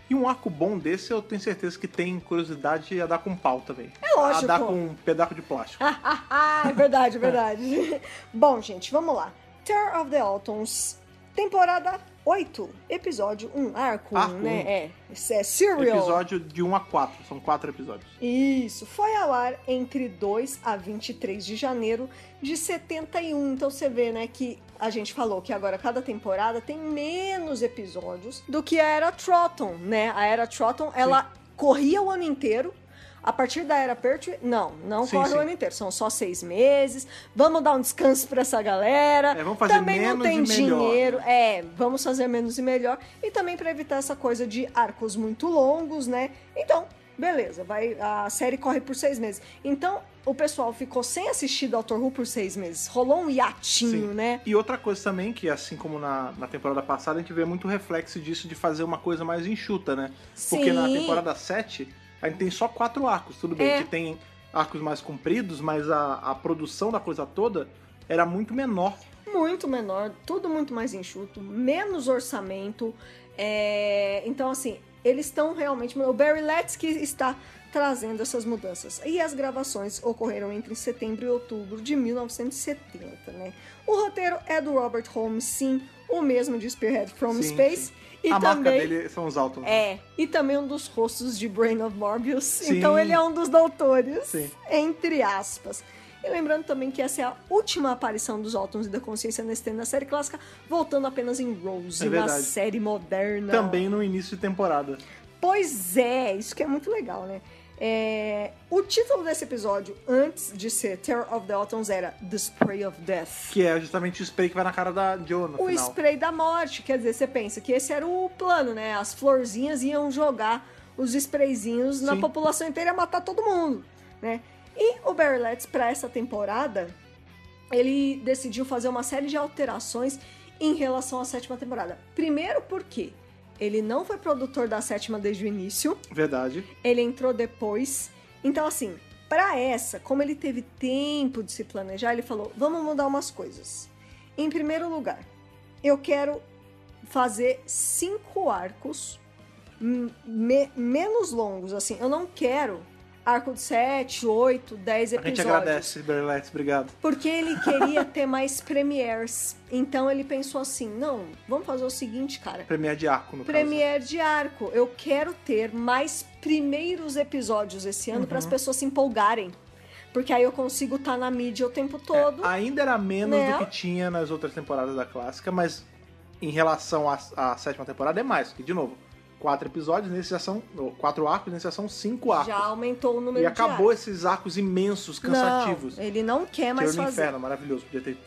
E um arco bom desse, eu tenho certeza que tem curiosidade a dar com pau também. É
lógico.
A dar com um pedaço de plástico.
é verdade, é verdade. Bom, gente, vamos lá. Terror of the Autons, temporada 8, episódio 1, arco 1,
Arco
né?
um.
É, isso é Serial.
Episódio de 1 a 4, são 4 episódios.
Isso, foi ao ar entre 2 a 23 de janeiro de 71. Então você vê, né, que a gente falou que agora cada temporada tem menos episódios do que a Era Trotton, né? A Era Trotton, ela corria o ano inteiro. A partir da Era Pertwee, não, não
Sim,
corre
sim.
o ano inteiro. São só seis meses. Vamos dar um descanso pra essa galera.
É, vamos fazer
Também não
menos
tem
e melhor,
dinheiro. É, vamos fazer menos e melhor. E também pra evitar essa coisa de arcos muito longos, né? Então, beleza, vai, a série corre por seis meses. Então, o pessoal ficou sem assistir Doctor Who por seis meses. Rolou um hiatinho,
Sim.
né?
E outra coisa também, que assim como na, na temporada passada, a gente vê muito reflexo disso de fazer uma coisa mais enxuta, né? Porque na
Sim.
temporada 7, a gente tem só quatro arcos, tudo bem,
É.
que tem arcos mais compridos, mas a, a produção da coisa toda era muito menor.
Muito menor, tudo muito mais enxuto, menos orçamento. é, Então, assim, eles estão realmente. O Barry Letsky está trazendo essas mudanças. E as gravações ocorreram entre setembro e outubro de 1970, né? O roteiro é do Robert Holmes, sim, o mesmo de Spearhead from
Sim,
Space.
sim.
E
a marca
também
dele são os Altons.
É, e também um dos rostos de Brain of Morbius.
Sim.
Então ele é um dos doutores,
Sim.
entre aspas. E lembrando também que essa é a última aparição dos Autons e da Consciência nesse na série clássica, voltando apenas em Rose,
É
na
verdade.
série moderna.
Também no início de temporada.
Pois é, isso que é muito legal, né? É, o título desse episódio, antes de ser Terror of the Autons, era The Spray of Death.
Que é justamente o spray que vai na cara da Joe no
o
final.
spray da morte. Quer dizer, você pensa que esse era o plano, né? As florzinhas iam jogar os sprayzinhos na
Sim.
população inteira e matar todo mundo, né? E o Barry Letts, pra essa temporada, ele decidiu fazer uma série de alterações em relação à sétima temporada. Primeiro porque ele não foi produtor da sétima desde o início,
Verdade.
ele entrou depois. Então, assim, pra essa, como ele teve tempo de se planejar, ele falou: vamos mudar umas coisas. Em primeiro lugar, eu quero fazer cinco arcos hum, me- menos longos. Assim, eu não quero arco de 7, 8, 10
A gente
episódios.
agradece, Berlex, obrigado.
Porque ele queria ter mais premieres. Então ele pensou assim: não, vamos fazer o seguinte, cara.
Premier de arco, no
Premiere de arco. Eu quero ter mais primeiros episódios esse ano
Uhum.
para as pessoas se empolgarem. Porque aí eu consigo estar na mídia o tempo
É,
todo.
caso. Ainda era menos
Né?
do que tinha nas outras temporadas da clássica, mas em relação à, à sétima temporada é mais. Porque, de novo, quatro episódios, nesse já são. ou Quatro arcos, nesse já são cinco arcos.
Já aumentou o
e
número de
acabou
arcos.
esses arcos imensos, cansativos.
Não, ele não quer
Teoria
mais
do
fazer.
Inferno, maravilhoso. Podia ter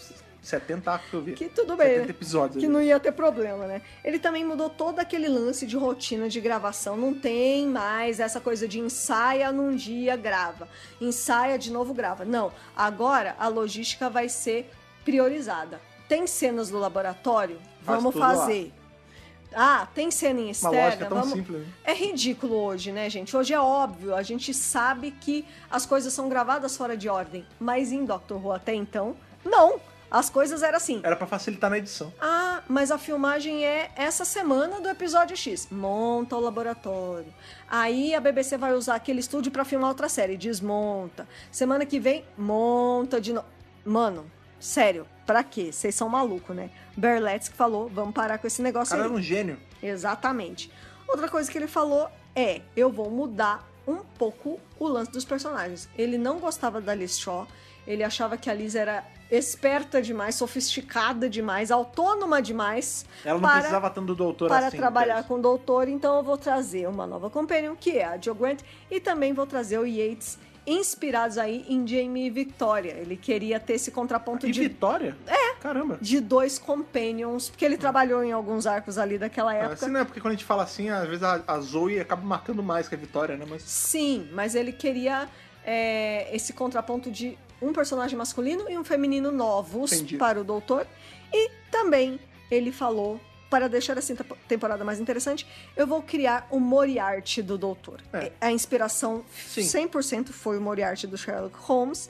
70 arcos que eu vi.
Que tudo bem,
70
né?
episódios.
Que
ali.
não ia ter problema, né? Ele também mudou todo aquele lance de rotina de gravação. Não tem mais essa coisa de ensaia num dia, grava. Ensaia de novo, grava. Não. Agora a logística vai ser priorizada. Tem cenas do laboratório?
Faz
Vamos
tudo lá.
fazer. Ah, tem cena em externa.
lógica tão
vamos-
simples, né?
É ridículo hoje, né, gente? Hoje é óbvio, a gente sabe que as coisas são gravadas fora de ordem, mas em Doctor Who até então, não. As coisas eram assim.
Era pra facilitar na edição.
Ah, mas a filmagem é essa semana do episódio X. Monta o laboratório. Aí a BBC vai usar aquele estúdio pra filmar outra série. Desmonta. Semana que vem, monta de novo. Mano, sério, pra quê? Vocês são malucos, né? Berletsky falou, vamos parar com esse
O
negócio
cara
aí.
era um gênio.
Exatamente. Outra coisa que ele falou é: eu vou mudar um pouco o lance dos personagens. Ele não gostava da Liz Shaw, ele achava que a Liz era esperta demais, sofisticada demais, autônoma demais.
Ela não precisava tanto do doutor
para
assim,
trabalhar
penso.
com o doutor, então eu vou trazer uma nova companion, que é a Joe Grant, e também vou trazer o Yates, inspirados aí em Jamie e Victoria. Ele queria ter esse contraponto
E
de
Vitória? É. Caramba.
de dois companions, porque ele trabalhou em alguns arcos ali daquela
Ah,
época.
Assim, né? Porque quando a gente fala assim, às vezes a, a Zoe acaba marcando mais que a Vitória, né? Mas
Sim, mas ele queria é, esse contraponto de um personagem masculino e um feminino novos
Entendi.
para o doutor. E também ele falou, para deixar essa tempo- temporada mais interessante, eu vou criar o Moriarty do doutor.
É.
A inspiração
Sim.
100% foi o Moriarty do Sherlock Holmes.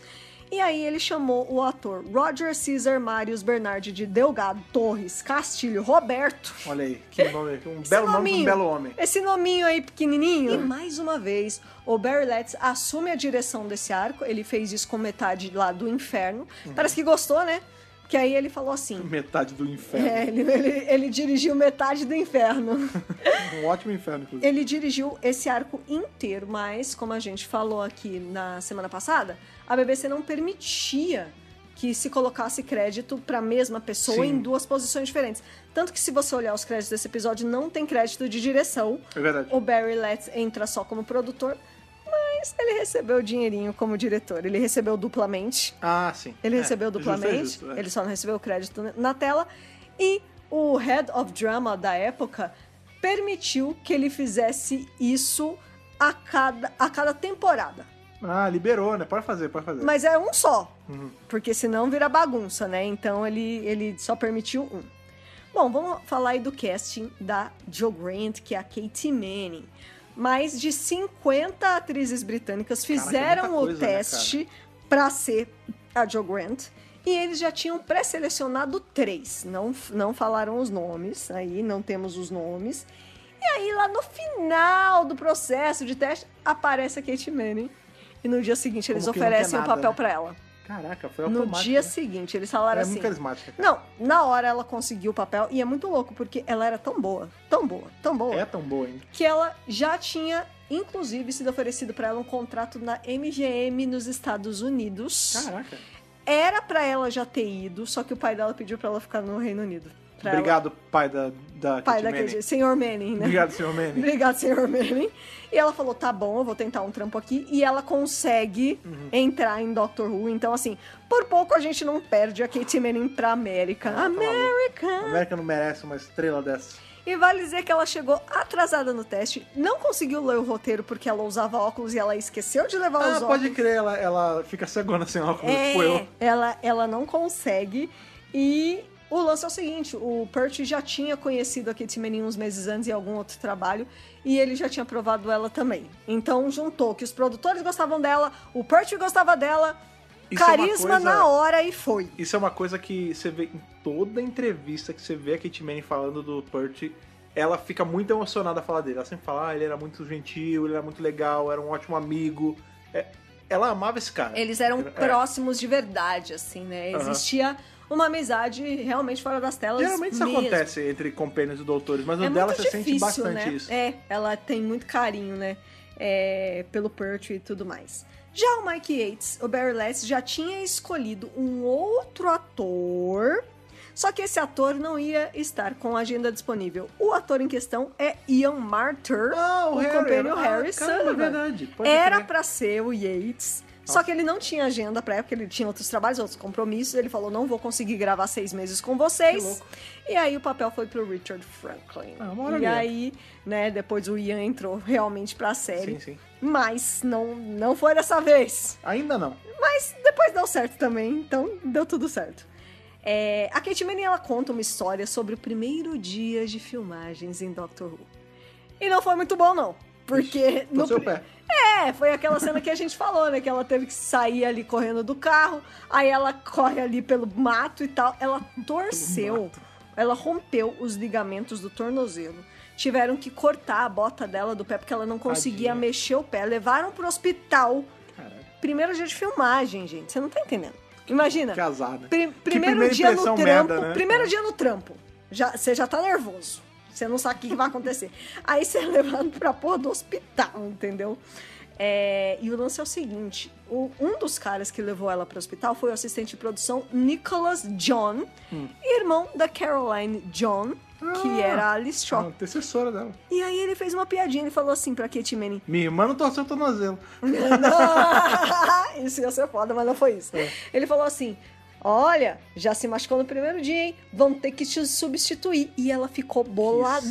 E aí ele chamou o ator Roger Cesar Marius Bernardi de Delgado Torres Castilho Roberto
olha aí, que nome, um
É.
belo nome
esse
pra um
nominho,
belo homem.
Esse nominho aí pequenininho. E mais uma vez, o Barry Letts assume a direção desse arco. Ele fez isso com metade lá do inferno.
Uhum.
Parece que gostou, né? Porque aí ele falou assim.
Metade do inferno.
É, ele, ele- ele dirigiu metade do inferno.
Um ótimo inferno, inclusive.
É. ele dirigiu esse arco inteiro, mas, como a gente falou aqui na semana passada, a BBC não permitia que se colocasse crédito para a mesma pessoa
Sim.
em duas posições diferentes. Tanto que, se você olhar os créditos desse episódio, não tem crédito de direção.
É verdade.
O Barry Letts entra só como produtor, mas ele recebeu o dinheirinho como diretor. Ele recebeu duplamente.
Ah, sim.
Ele
É,
recebeu
justo, é
duplamente.
justo, é.
Ele só não recebeu o crédito na tela. E o head of drama da época permitiu que ele fizesse isso a cada, a cada temporada.
Ah, liberou, né? Pode fazer, pode fazer.
Mas é um só.
Uhum.
Porque senão vira bagunça, né? Então ele, ele só permitiu um. Bom, vamos falar aí do casting da Jo Grant, que é a Katie Manning. Mais de 50 atrizes britânicas fizeram
muita
o
coisa, né,
teste pra ser a Jo Grant. E eles já tinham pré-selecionado três. Não, não falaram os nomes, aí não temos os nomes. E aí, lá no final do processo de teste, aparece a Kate Manning. E no dia seguinte, eles
Como que não quer
oferecem o
nada,
papel
né?
pra ela.
Caraca, foi
No
automático.
dia
né?
seguinte, eles falaram
Ela é
assim.
muito carismática. cara.
Não, na hora ela conseguiu o papel e é muito louco, porque ela era tão boa, tão boa, tão boa,
É tão boa ainda.
que ela já tinha, inclusive, sido oferecido pra ela um contrato na MGM nos Estados Unidos.
Caraca.
Era pra ela já ter ido, só que o pai dela pediu pra ela ficar no Reino Unido. Pra ela-
Obrigado, pai da, da
pai
Kate
da
Manning.
Kate, senhor Manning, né?
Obrigado, senhor Manning.
Obrigado, senhor Manning. E ela falou: tá bom, eu vou tentar um trampo aqui. E ela consegue
Uhum.
entrar em Doctor Who. Então, assim, por pouco a gente não perde a Kate Manning pra América.
tá maluco. A
América!
América não merece uma estrela dessa.
E vale dizer que ela chegou atrasada no teste, não conseguiu ler o roteiro porque ela usava óculos e ela esqueceu de levar
Ah,
os óculos.
pode crer, ela, ela fica cegona sem óculos.
É,
Foi eu.
Ela, ela não consegue. E o lance é o seguinte: o Perch já tinha conhecido a Kate Manning uns meses antes em algum outro trabalho. E ele já tinha aprovado ela também. Então juntou que os produtores gostavam dela, o Perch gostava dela.
Isso é uma
carisma
coisa-
na hora e foi.
Isso é uma coisa que você vê em toda entrevista que você vê a Kate Manning falando do Pert, ela fica muito emocionada a falar dele. Ela sempre fala, ah, ele era muito gentil, ele era muito legal, era um ótimo amigo. É, ela amava esse cara.
Eles eram
É.
próximos de verdade, assim, né?
Aham.
Existia uma amizade realmente fora das telas.
Geralmente isso
mesmo.
acontece entre companions e doutores, mas
é
no dela
muito
você
difícil,
sente bastante
né?
isso.
É, ela tem muito carinho, né? É, pelo Perch e tudo mais. Já o Mike Yates, o Barry Letts, já tinha escolhido um outro ator, só que esse ator não ia estar com a agenda disponível. O ator em questão é Ian Martyr,
Ah, o Harry,
companheiro
ah,
Harry
caramba,
Sullivan.
verdade, pode
Era
crer.
pra ser o Yates, só que ele não tinha agenda pra época, ele tinha outros trabalhos, outros compromissos. Ele falou: não vou conseguir gravar seis meses com vocês.
Que louco.
E aí o papel foi pro Richard Franklin.
Ah, uma
e
maravilha.
aí, né, depois o Ian entrou realmente pra série.
Sim, sim.
Mas não, não foi dessa vez.
Ainda não.
Mas depois deu certo também, então deu tudo certo. É, a Kate Manning, ela conta uma história sobre o primeiro dia de filmagens em Doctor Who. E não foi muito bom, não. Porque...
No seu
pri-
pé.
é, foi aquela cena que a gente falou, né? Que ela teve que sair ali correndo do carro, aí ela corre ali pelo mato e tal. Ela torceu, ela rompeu os ligamentos do tornozelo. Tiveram que cortar a bota dela do pé porque ela não conseguia
Tadinha.
mexer o pé. Levaram pro hospital.
Caralho.
Primeiro dia de filmagem, gente. Você não tá entendendo. Imagina.
Que azar, né?
Pri-
Que
primeiro
primeira
dia no
impressão
trampo.
merda, né?
Primeiro dia no trampo. Já, você já tá nervoso. Você não sabe o que que vai acontecer. Aí você é levado pra porra do hospital, entendeu? É, e o lance é o seguinte: o- um dos caras que levou ela pro hospital foi o assistente de produção Nicholas John, irmão da Caroline John, que
Hum. Ah.
era a Alice
Ah,
Shaw.
antecessora dela.
E aí ele fez uma piadinha, ele falou assim pra Kate Manning:
Minha irmã não torceu o tornozelo.
Não! isso ia ser foda, mas não foi isso. Ele falou assim: Olha, já se machucou no primeiro dia, hein? Vão ter que te substituir. E ela ficou boladaça.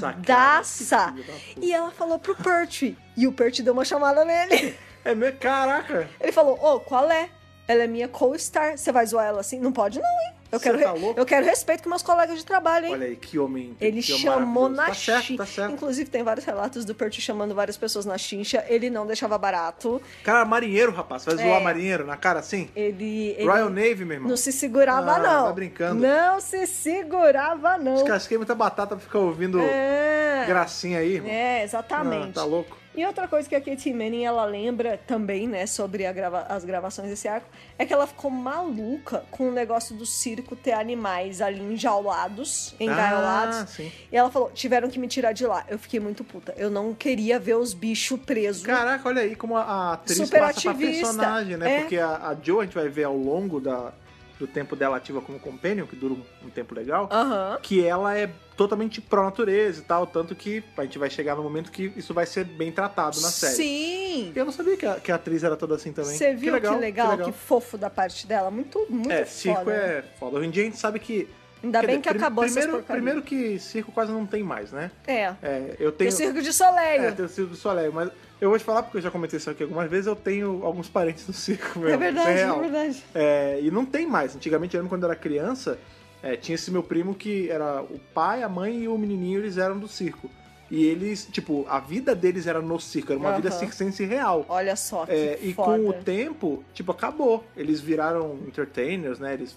sacada, que filho da puta.
E ela falou pro Pertwee. E o Pertwee deu uma chamada nele.
É mesmo? Caraca!
Ele falou: Ô, qual é? Ela é minha co-star. Você vai zoar ela assim? Não pode, não, hein? Eu
Você
quero, re-
tá louco?
eu quero respeito com meus colegas de trabalho, hein?
Olha aí, que homem.
Ele
que homem
chamou
maravilhoso.
na
Tá certo,
chincha.
tá certo.
Inclusive, tem vários relatos do Pertwee chamando várias pessoas na chincha. Ele não deixava barato.
Cara, marinheiro, rapaz. Vai
É.
zoar marinheiro na cara assim?
Ele. ele-
Royal Navy, meu irmão.
Não se segurava,
Ah,
não.
tá brincando.
Não se segurava, não.
Descasquei muita batata pra ficar ouvindo
É.
gracinha aí, irmão.
É,
Ah,
exatamente.
tá louco?
E outra coisa que a Katie Manning, ela lembra também, né, sobre a grava- as gravações desse arco, é que ela ficou maluca com o negócio do circo ter animais ali enjaulados,
Ah,
engaiolados.
sim.
e ela falou, tiveram que me tirar de lá. Eu fiquei muito puta. Eu não queria ver os bichos presos.
Caraca, olha aí como a atriz
Super
passa pra
ativista,
personagem, né?
é.
Porque a, a Jo, a gente vai ver ao longo da, do tempo dela ativa como companion, que dura um, um tempo legal,
Aham.
que ela é totalmente pró-natureza e tal, tanto que a gente vai chegar no momento que isso vai ser bem tratado na série.
Sim!
Eu não sabia que a, que a atriz era toda assim também.
Você viu que legal, que
legal.
fofo da parte dela? Muito, muito
é,
foda.
circo
né?
é foda. Hoje em dia a gente sabe que...
Ainda
quer
bem
dizer,
que
prim-
acabou essas
primeiro,
porcarias.
primeiro que circo quase não tem mais, né?
É.
É, eu
Tem
tenho...
o Circo de Soleil.
É, tem o circo do Soleil, mas eu vou te falar, porque eu já comentei isso aqui algumas vezes, eu tenho alguns parentes no circo, meu.
É
isso
verdade, é,
real.
verdade.
É, e não tem mais. Antigamente, eu, quando eu era criança, é, tinha esse meu primo que era o pai, a mãe e o menininho, eles eram do circo. E eles, tipo, a vida deles era no circo, era uma vida
Aham.
circense real.
Olha só que
É, e
foda.
com o tempo, tipo, acabou. Eles viraram entertainers, né? Eles,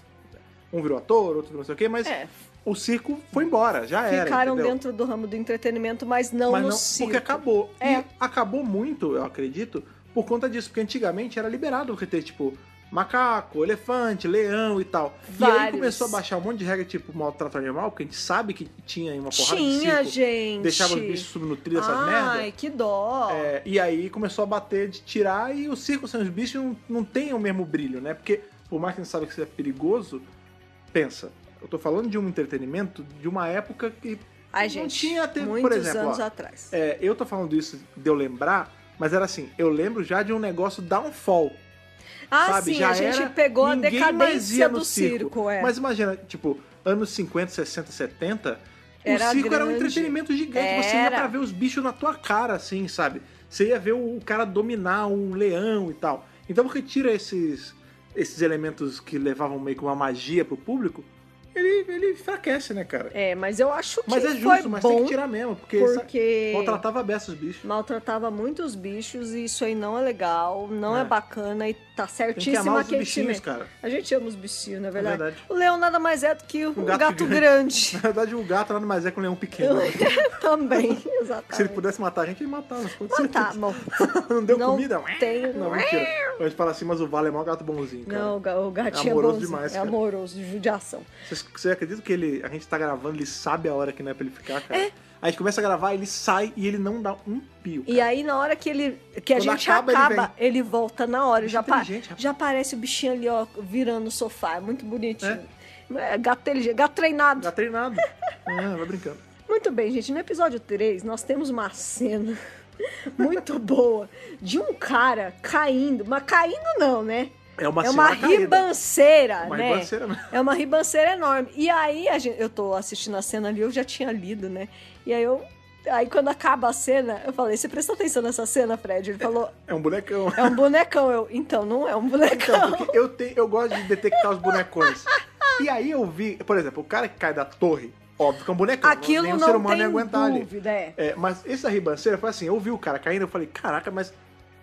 um virou ator, outro virou não sei o quê, mas
É,
o circo foi embora, já era.
ficaram
entendeu?
dentro do ramo do entretenimento, mas não
mas
no
não,
circo.
porque acabou.
É.
E acabou muito, eu acredito, por conta disso, porque antigamente era liberado você ter, tipo, macaco, elefante, leão e tal. E aí
Vários.
começou a baixar um monte de regra, tipo, maltrato animal, porque a gente sabe que tinha aí uma porrada
Tinha,
de circo,
gente.
deixava os bichos subnutridos, essas
Ai,
merda.
que dó.
É, e aí começou a bater de tirar e o circo sem os bichos não, não tem o mesmo brilho, né? Porque por mais que a gente saiba que isso é perigoso, pensa, eu tô falando de um entretenimento de uma época que
Ai,
não
gente,
tinha, te- por
muitos
exemplo,
anos
ó,
atrás.
é, eu tô falando isso de eu lembrar, mas era assim, eu lembro já de um negócio downfall.
ah,
sabe?
sim,
já
a gente
era,
pegou a
ninguém mais
decadência
ia no
do circo, é.
Mas imagina, tipo, anos 50, 60, 70,
Era
o circo era um
grande.
entretenimento gigante. Você ia
Era.
pra ver os bichos na tua cara, assim, sabe? Você ia ver o cara dominar um leão e tal. Então porque tira esses, esses elementos que levavam meio que uma magia pro público, ele, ele enfraquece, né, cara?
É, mas eu acho que
Mas é
foi
justo, mas tem
bom
que tirar mesmo, porque, essa-
porque
maltratava besta os bichos.
maltratava muito os bichos e isso aí não é legal, não é,
É.
bacana e
Tem
tá
que amar
certíssima
os
Kate
bichinhos,
Manning.
cara. É
A gente ama os bichinhos, na verdade.
verdade.
O leão nada mais é do que um gato,
gato
grande.
Na verdade, o gato nada mais é que um leão pequeno. né?
Também,
Se ele
exatamente.
pudesse matar a gente, ele matava. com
Matar,
certeza.
tá bom.
Não deu
Não
comida?
tenho-
Não, mentira. A gente fala assim, mas o Vale é mó gato bonzinho, cara.
Não, o ga- o gatinho é,
amoroso
bonzinho,
demais,
É
cara.
amoroso, de judiação.
Vocês, você acredita que ele, a gente tá gravando, ele sabe a hora que não é pra ele ficar, cara? A gente começa a gravar, ele sai e ele não dá um pio.
E
cara.
aí, na hora que ele. Que a
Quando
gente
acaba,
acaba,
ele
ele, volta na hora.
Bicho
Já, pa-
inteligente, rapaz.
já aparece o bichinho ali, ó, virando o sofá. É muito bonitinho.
É.
É, gato inteligente, gato treinado.
Dá treinado. ah, vai brincando.
Muito bem, gente. No episódio 3, nós temos uma cena muito boa de um cara caindo. Mas caindo não, né?
É uma
é uma
senhora caída.
ribanceira,
Uma
né?
ribanceira mesmo.
É uma ribanceira enorme. E aí, a gente- eu tô assistindo a cena ali, eu já tinha lido, né? E aí eu. Aí quando acaba a cena, eu falei, você prestou atenção nessa cena, Fred? Ele falou,
É um bonecão.
é um bonecão. Eu, então, não é um bonecão.
Então, porque eu, tenho, eu gosto de detectar os bonecões. E aí eu vi, por exemplo, o cara que cai da torre, óbvio que é um bonecão.
Aquilo
nenhum
não
ser humano
tem
ia aguentar ali.
dúvida, é.
É, mas essa ribanceira foi assim, eu vi o cara caindo, eu falei, caraca, mas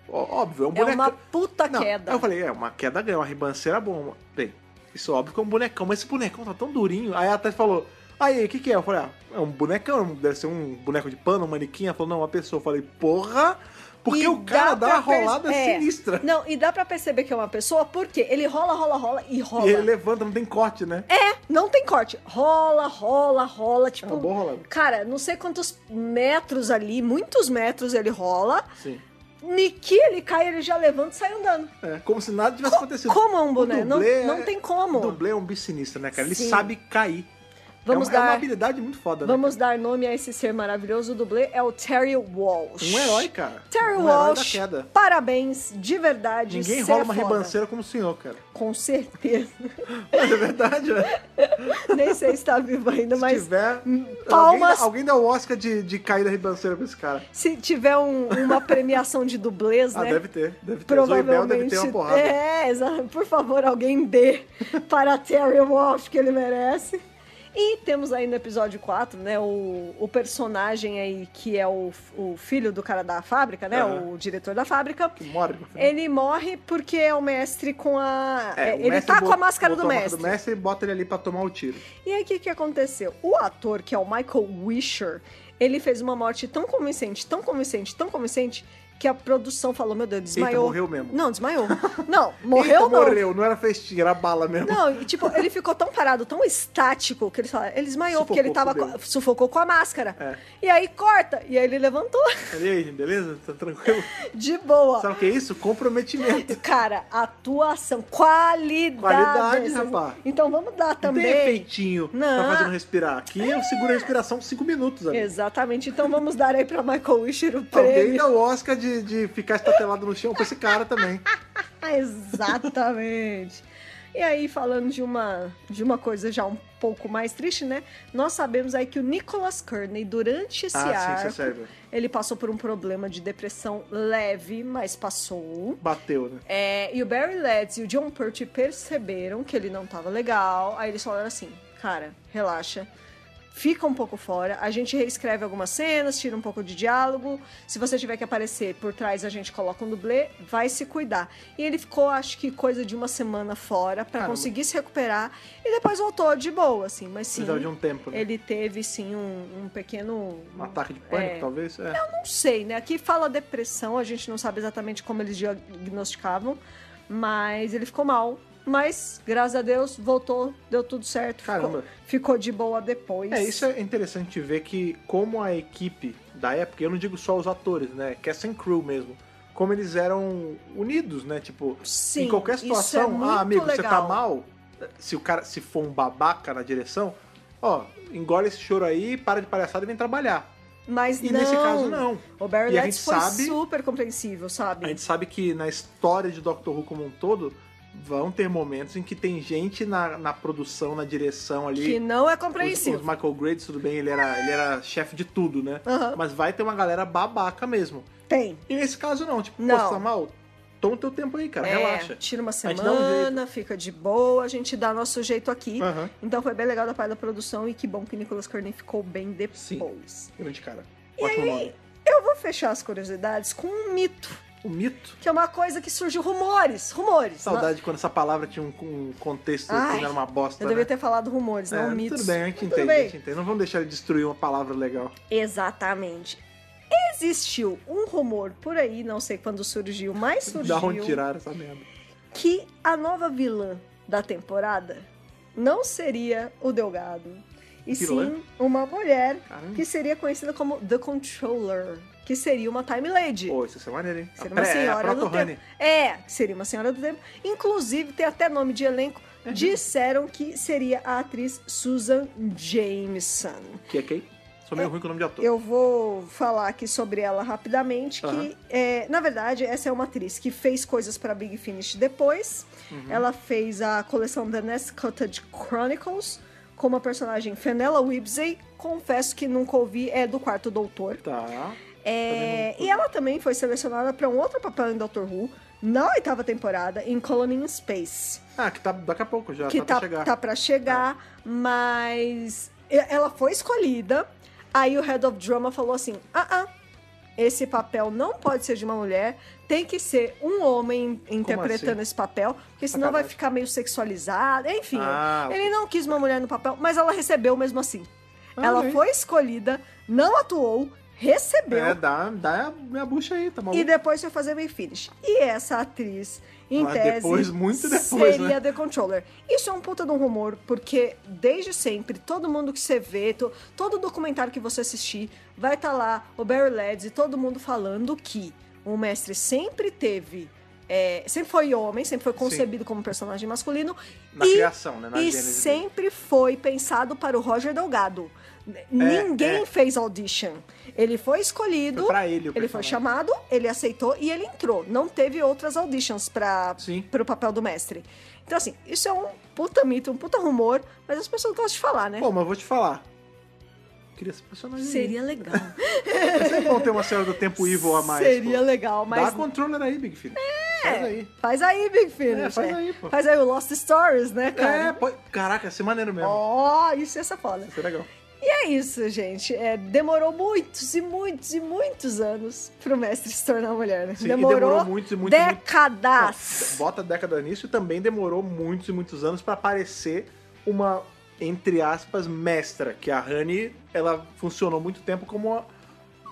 ó- óbvio, é um
É
bonecão.
uma puta
Não,
queda.
aí Eu falei, é uma queda grande, uma ribanceira bom. Bem, isso óbvio que é um bonecão, mas esse bonecão tá tão durinho. Aí ela até falou, aí, o que que é? Eu falei, ah, é um bonecão, deve ser um boneco de pano, um manequim. Ela falou, não, uma pessoa. Eu falei, porra, porque
E
o cara dá,
pra
uma rolada
perce- é.
sinistra.
Não, e dá pra perceber que é uma pessoa, porque ele rola, rola, rola e rola.
E ele levanta, não tem corte, né?
É, não tem corte. Rola, rola, rola, tipo.
É uma boa rolada.
Cara, não sei quantos metros ali, muitos metros ele rola.
Sim.
Niki ele cai, ele já levanta e sai andando.
É, como se nada tivesse acontecido.
como é um
O
boneco? Não-
dublê
não
é-
tem como.
O dublê é um bicho sinistro, né, cara? Ele
Sim.
sabe cair.
Vamos
é uma, é uma
dar-
habilidade muito foda,
Vamos
né?
dar nome a esse ser maravilhoso. O dublê é o Terry Walsh.
Um herói, cara.
Terry
Um herói da
Walsh,
queda.
parabéns, de verdade.
Ninguém
você
rola
é
uma
foda.
ribanceira como o senhor, cara.
Com certeza.
Mas é verdade, né?
Nem sei se tá vivo ainda,
Se
mas
tiver. Alguém,
palmas-
dá- alguém dá o Oscar de, de cair da ribanceira pra esse cara.
se tiver um- uma premiação de dublês,
Ah,
né?
deve ter. Deve ter. Zoe Bell deve
Provavelmente.
ter uma porrada.
É, exato. Por favor, alguém dê para Terry Walsh que ele merece. E temos aí no episódio 4, né, o, o personagem aí que é o, o filho do cara da fábrica, né,
Aham.
o diretor da fábrica.
Que morre. no final.
Ele morre porque é o mestre com a...
É, o
ele
mestre
tá com a
bot-
máscara do
botou a
mestre.
do mestre e bota ele ali pra tomar o tiro.
E aí, o que, que aconteceu? O ator, que é o Michael Wisher, ele fez uma morte tão convincente, tão convincente, tão convincente, que a produção falou, meu Deus, desmaiou.
morreu mesmo.
Não, desmaiou. Não, morreu
Eita,
não.
Morreu, não era festinha, era bala mesmo.
Não, e, tipo, ele ficou tão parado, tão estático, que ele fala, ele desmaiou, porque ele
Sufocou,
tava com-
fudeu.
sufocou com a máscara.
É.
E aí, corta. E aí, ele levantou,
E aí, beleza? Tá tranquilo?
de boa.
Sabe o que é isso? Comprometimento.
Cara, atuação, qualidade.
Qualidade, rapá.
Então, vamos dar
Também.
também...
Tem efeitinho
Não.
pra fazer um respirar. Aqui eu seguro a respiração cinco minutos. Amigo.
Exatamente. Então, vamos dar aí pra Michael Wisher o prêmio.
Alguém dá o Oscar de, de ficar estatelado no chão pra esse cara também.
Exatamente. E aí, falando de uma, de uma coisa já um pouco mais triste, né? Nós sabemos aí que o Nicholas Kearney, durante esse
Ah, sim, isso é
arco,
sério.
ele passou por um problema de depressão leve, mas passou.
Bateu, né?
É, e o Barry Letts e o John Pertwee perceberam que ele não tava legal. Aí eles falaram assim, cara, relaxa. Fica um pouco fora, a gente reescreve algumas cenas, tira um pouco de diálogo. Se você tiver que aparecer por trás, a gente coloca um dublê, vai se cuidar. E ele ficou, acho que, coisa de uma semana fora pra
Caramba.
conseguir se recuperar. E depois voltou de boa, assim. Mas sim,
Precisava de um tempo, né?
ele teve, sim, um, um pequeno...
Um ataque de pânico,
é,
talvez? É.
não sei, né? Aqui fala depressão, a gente não sabe exatamente como eles diagnosticavam, mas ele ficou mal. Mas, graças a Deus, voltou, deu tudo certo. ficou-
Caramba.
Ficou, de boa depois.
É, isso é interessante ver que como a equipe da época, eu não digo só os atores, né? Cast and crew mesmo. Como eles eram unidos, né? Tipo,
Sim,
em qualquer
isso é
situação,
muito
ah, amigo, você tá
legal."
mal, se o cara se for um babaca na direção, ó, engole esse choro aí, para de palhaçada e vem trabalhar.
Mas
E
não.
nesse caso, não.
O Barry
E a
Letts
gente
foi
sabe-
super compreensível, sabe?
A gente sabe que na história de Doctor Who como um todo, vão ter momentos em que tem gente na, na produção, na direção ali.
Que não é
Os, os
compreensível.
Michael Graves, tudo bem, ele era, ele era chefe de tudo, né?
Aham.
Mas vai ter uma galera babaca mesmo.
Tem.
E nesse caso não, tipo,
Não.
pô, você tá mal? Toma o teu tempo aí, cara,
É,
relaxa.
Tira uma
gente dá um Ah.
semana, fica de boa, a gente dá nosso jeito aqui.
Aham.
Então foi bem legal da parte da produção e que bom que Nicholas Kearney ficou bem depois.
Sim. Grande cara.
E
Ótimo
aí,
nome.
eu vou fechar as curiosidades com um mito,
O mito.
que é uma coisa que surgiu rumores, rumores. né?
Saudade de quando essa palavra tinha um, um contexto
Ai,
que não era uma bosta.
Eu devia
né?
ter falado rumores,
É,
não mitos.
Tudo bem, a gente
Tudo
entende, a
bem.
gente entende. Não vamos deixar ele destruir uma palavra legal.
Exatamente. Existiu um rumor por aí, não sei quando surgiu, mas
Da onde
surgiu
tirar essa merda.
que a nova vilã da temporada não seria o Delgado, e
Vilã?
sim uma mulher
Caramba.
que seria conhecida como The Controller, que seria uma Time Lady.
Pô, isso ia ser maneiro, hein?
Seria
A
uma
pré- a
senhora do
proto-Honey.
tempo. É, seria uma senhora do tempo. Inclusive, tem até nome de elenco. Disseram que seria a atriz Susan Jameson.
Que é quem? Sou meio ruim com o nome de ator.
Eu vou falar aqui sobre ela rapidamente, que
Aham.
é, na verdade essa é uma atriz que fez coisas pra Big Finish depois. Ela fez a coleção The Nest Cottage Chronicles como a personagem Fenella Wibsey. Confesso que nunca ouvi, é do Quarto Doutor.
Tá.
É,
Também não-
e ela também foi selecionada para um outro papel em Doctor Who, na oitava temporada em Colony in Space.
Ah, que tá daqui a pouco já,
que
tá,
tá,
pra chegar.
tá pra chegar, mas e- ela foi escolhida. Aí o Head of Drama falou assim: ah, ah, esse papel não pode ser de uma mulher, tem que ser um homem interpretando
assim?
esse papel, porque senão vai
Sacanagem.
ficar meio sexualizado. Enfim,
Ah,
ele
ok.
não quis uma mulher no papel, mas ela recebeu mesmo assim.
Ah,
ela
bem.
foi escolhida, não atuou, recebeu.
É, dá, dá a minha bucha aí, tá maluco?
E depois foi fazer May Finish. E essa atriz, em
Mas
tese,
Ah, depois, muito depois,
seria
né?
The Controller. Isso é um puta de um rumor, porque desde sempre, todo mundo que você vê, to- todo documentário que você assistir, vai estar lá o Barry Lads e todo mundo falando que o mestre sempre teve... é, sempre foi homem, sempre foi concebido como personagem masculino.
Na
e,
criação, né? Na
e
gênese dele.
sempre foi pensado para o Roger Delgado. Ninguém
é.
fez audition. Ele foi escolhido.
Foi pra ele o
Ele foi
personagem.
chamado, ele aceitou e ele entrou. Não teve outras auditions para
Sim.
o papel do mestre. Então, assim, isso é um puta mito, um puta rumor, mas as pessoas gostam de falar, né?
Pô, mas eu vou te falar. Queria esse personagem. aí.
Seria legal.
É sempre bom ter uma série do tempo evil a mais.
Seria
pô.
legal, mas.
Dá controller aí, Big Filho. É. Faz aí.
Faz aí, Big Finish.
É, faz
né?
aí, pô.
Faz aí o Lost Stories, né,
É,
cara?
pode... Caraca, ia ser maneiro mesmo.
Ó, isso ia ser foda.
Ia ser legal.
E é isso, gente. É, demorou muitos e muitos e muitos anos pro mestre se tornar mulher, né?
Sim, e demorou muitos e muitos e muitos-
décadas.
Bota a década nisso e também demorou muitos e muitos anos pra aparecer uma, entre aspas, mestra. Que a Honey, ela funcionou muito tempo como a,